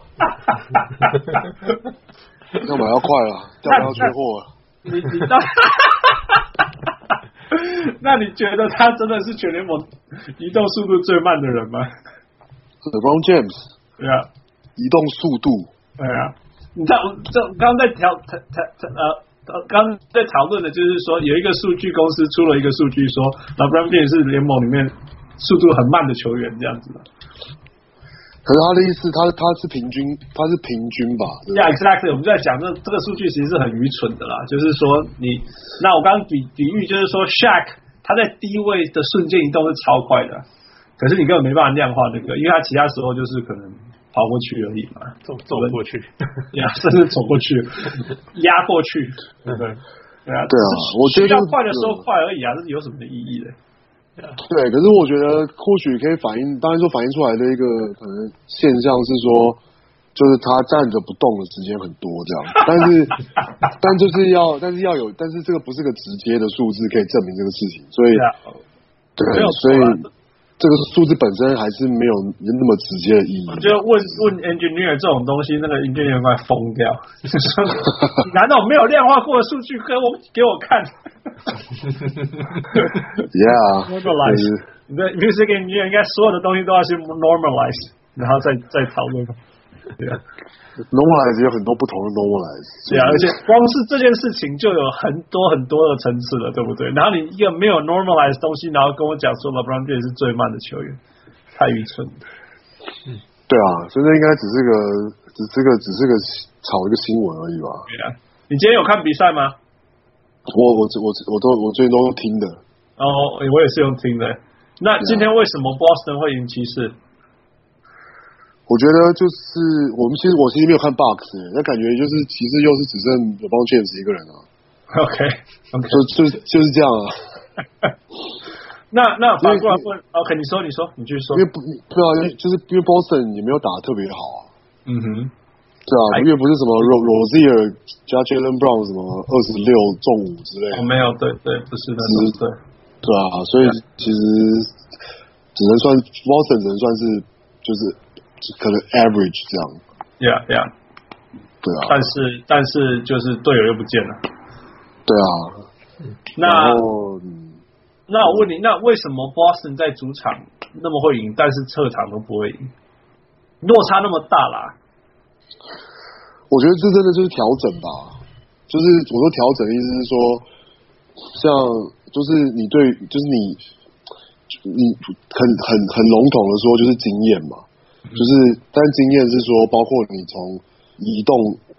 A: 要买要快了，要不要缺货啊了？
D: 你你到， 那你觉得他真的是全联盟移动速度最慢的人吗？
A: LeBron James
D: 对啊，
A: 移动速度
D: 对啊，你知道，这刚刚在调谈谈谈呃。呃刚刚在讨论的就是说，有一个数据公司出了一个数据说，LeBron James 是联盟里面速度很慢的球员，这样子的。
A: 可是他的意思，他他是平均，他是平均吧？对
D: Yeah,
A: 吧
D: exactly。我们就在讲这这个数据其实是很愚蠢的啦，就是说你，那我刚刚比比喻就是说，Shaq 他在低位的瞬间移动是超快的，可是你根本没办法量化那个，因为他其他时候就是可能跑过去而已嘛，
B: 走走过 去，
D: 呀、甚至走过去，压过去，对
B: 嗯
D: 不对？对啊，
A: 对啊
D: 只是
A: 我觉得
D: 需要
A: 就是
D: 快的时候快而已啊，这是有什么意义的？
A: 对，可是我觉得或许可以反映，当然说反映出来的一个可能现象是说，就是他站着不动的时间很多这样， 但是但就是要但是要有，但是这个不是个直接的数字可以证明这个事情，所以
D: 对啊，没
A: 对
D: 有，
A: 所以
D: 错啊
A: 这个数字本身还是没有那么直接的意义。
D: 我觉得问问 engineer 这种东西，那个 engineer 快疯掉。难道没有量化过的数据给我给我看？
A: ，Yeah，就
D: normalize，
A: 是
D: 你的 music engineer 应该所有的东西都要去 normalize，然后再再讨论。对啊，
A: normalize 有很多不同的 normalize，
D: 对 啊，而且光是这件事情就有很多很多的层次了，对不对？然后你一个没有 normalize 东西，然后跟我讲说 LeBron James 是最慢的球员，太愚蠢了。
A: 对啊，所以那应该只是个只是个只是个炒一个新闻而已吧。
D: 对啊，你今天有看比赛吗？
A: 我我我我都我最近都听的，
D: 哦，
A: 啊
D: 我也是用听的。那今天为什么 Boston 会赢骑士？
A: 我觉得就是我们其实我其实没有看 box，欸那感觉就是骑士又是只剩有帮 James 一个人啊，
D: OK OK，
A: 就就就是这样啊，
D: 那那反过来问，OK，你说你说，你继续说
A: 因为。不对啊，因为就是因为 Boston 也没有打得特别好啊，
D: 嗯哼，
A: 对啊，
D: 哎
A: 因为不是什么 Ro- Rozier 加 Jalen Brown 什么二十六中五之类的
D: 哦我，没有，对对，不是的，
A: 是
D: 对。
A: 对啊，所以其实只能算 Boston 只能算是就是可能 average 这样，
D: Yeah Yeah，
A: 对啊，
D: 但是但是就是队友又不见了。
A: 对啊，
D: 那
A: 然后嗯
D: 那我问你，那为什么 Boston 在主场那么会赢，但是客场都不会赢？落差那么大啦。
A: 我觉得这真的就是调整吧，就是我说调整的意思是说，像就是你对，就是你你很很很笼统的说，就是经验嘛，就是但经验是说，包括你从移动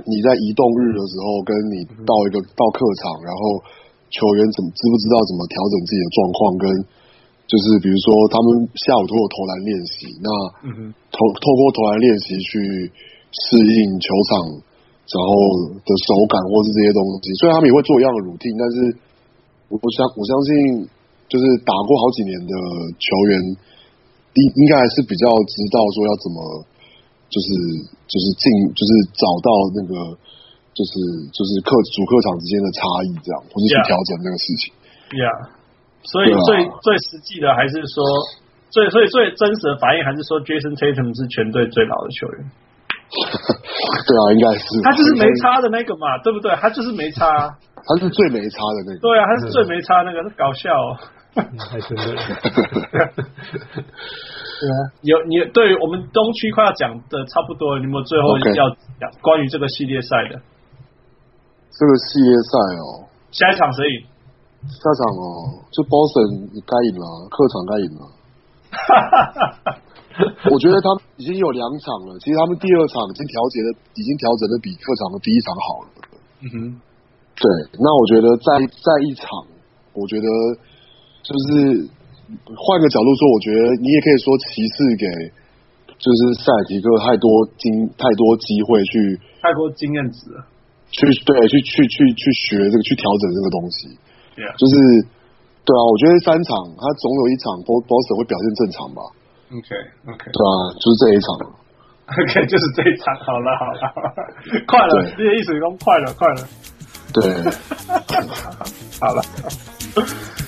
A: 你在移动日的时候，跟你到一个到客场，然后球员怎么知不知道怎么调整自己的状况，跟就是比如说他们下午都有投篮练习，那
D: 嗯哼，
A: 透透过投篮练习去适应球场，然后的手感或是这些东西。虽然他们也会做一样的 routine，但是我我相我相信，就是打过好几年的球员，应应该还是比较知道说要怎么，就是就是进就是找到那个就是就是客主客场之间的差异，这样或是去
D: Yeah
A: 调整这个事 情。
D: Yeah，所以
A: 对啊
D: 最、最实际的还是说，最所以最真实的反应还是说，Jason Tatum 是全队最老的球员，
A: 对啊，应该是
D: 他就是没，差的那个嘛，对不对？他就是没差啊、
A: 他是最没差的那个。
D: 对啊，他是最没差那个，那搞笑、哦。
B: 嗯还真 的，
D: 嗯有你对于我们东区快要讲的差不多了，你们最后
A: OK
D: 要讲关于这个系列赛的
A: 这个系列赛哦，
D: 下一场谁赢？
A: 下场哦，就 Boston 该赢了，客场该赢了。我觉得他们已经有两场了，其实他们第二场已经调节的，已经调整的比客场的第一场好了。
D: 嗯哼，
A: 对，那我觉得在在一场，我觉得就是换个角度说，我觉得你也可以说骑士给就是塞尔提克太多经太多机会去
D: 太过经验值了。
A: 去对去去去去学这个去调整这个东西。
D: 对啊，
A: 就是对啊，我觉得三场他总有一场 Bo Boston 会表现正常吧？
D: OK OK
A: 对啊，就是这一场。
D: OK，就是这一场，好了好了，好 了快了，
A: 对
D: 这个意思工快了快了，
A: 对，
D: 好了。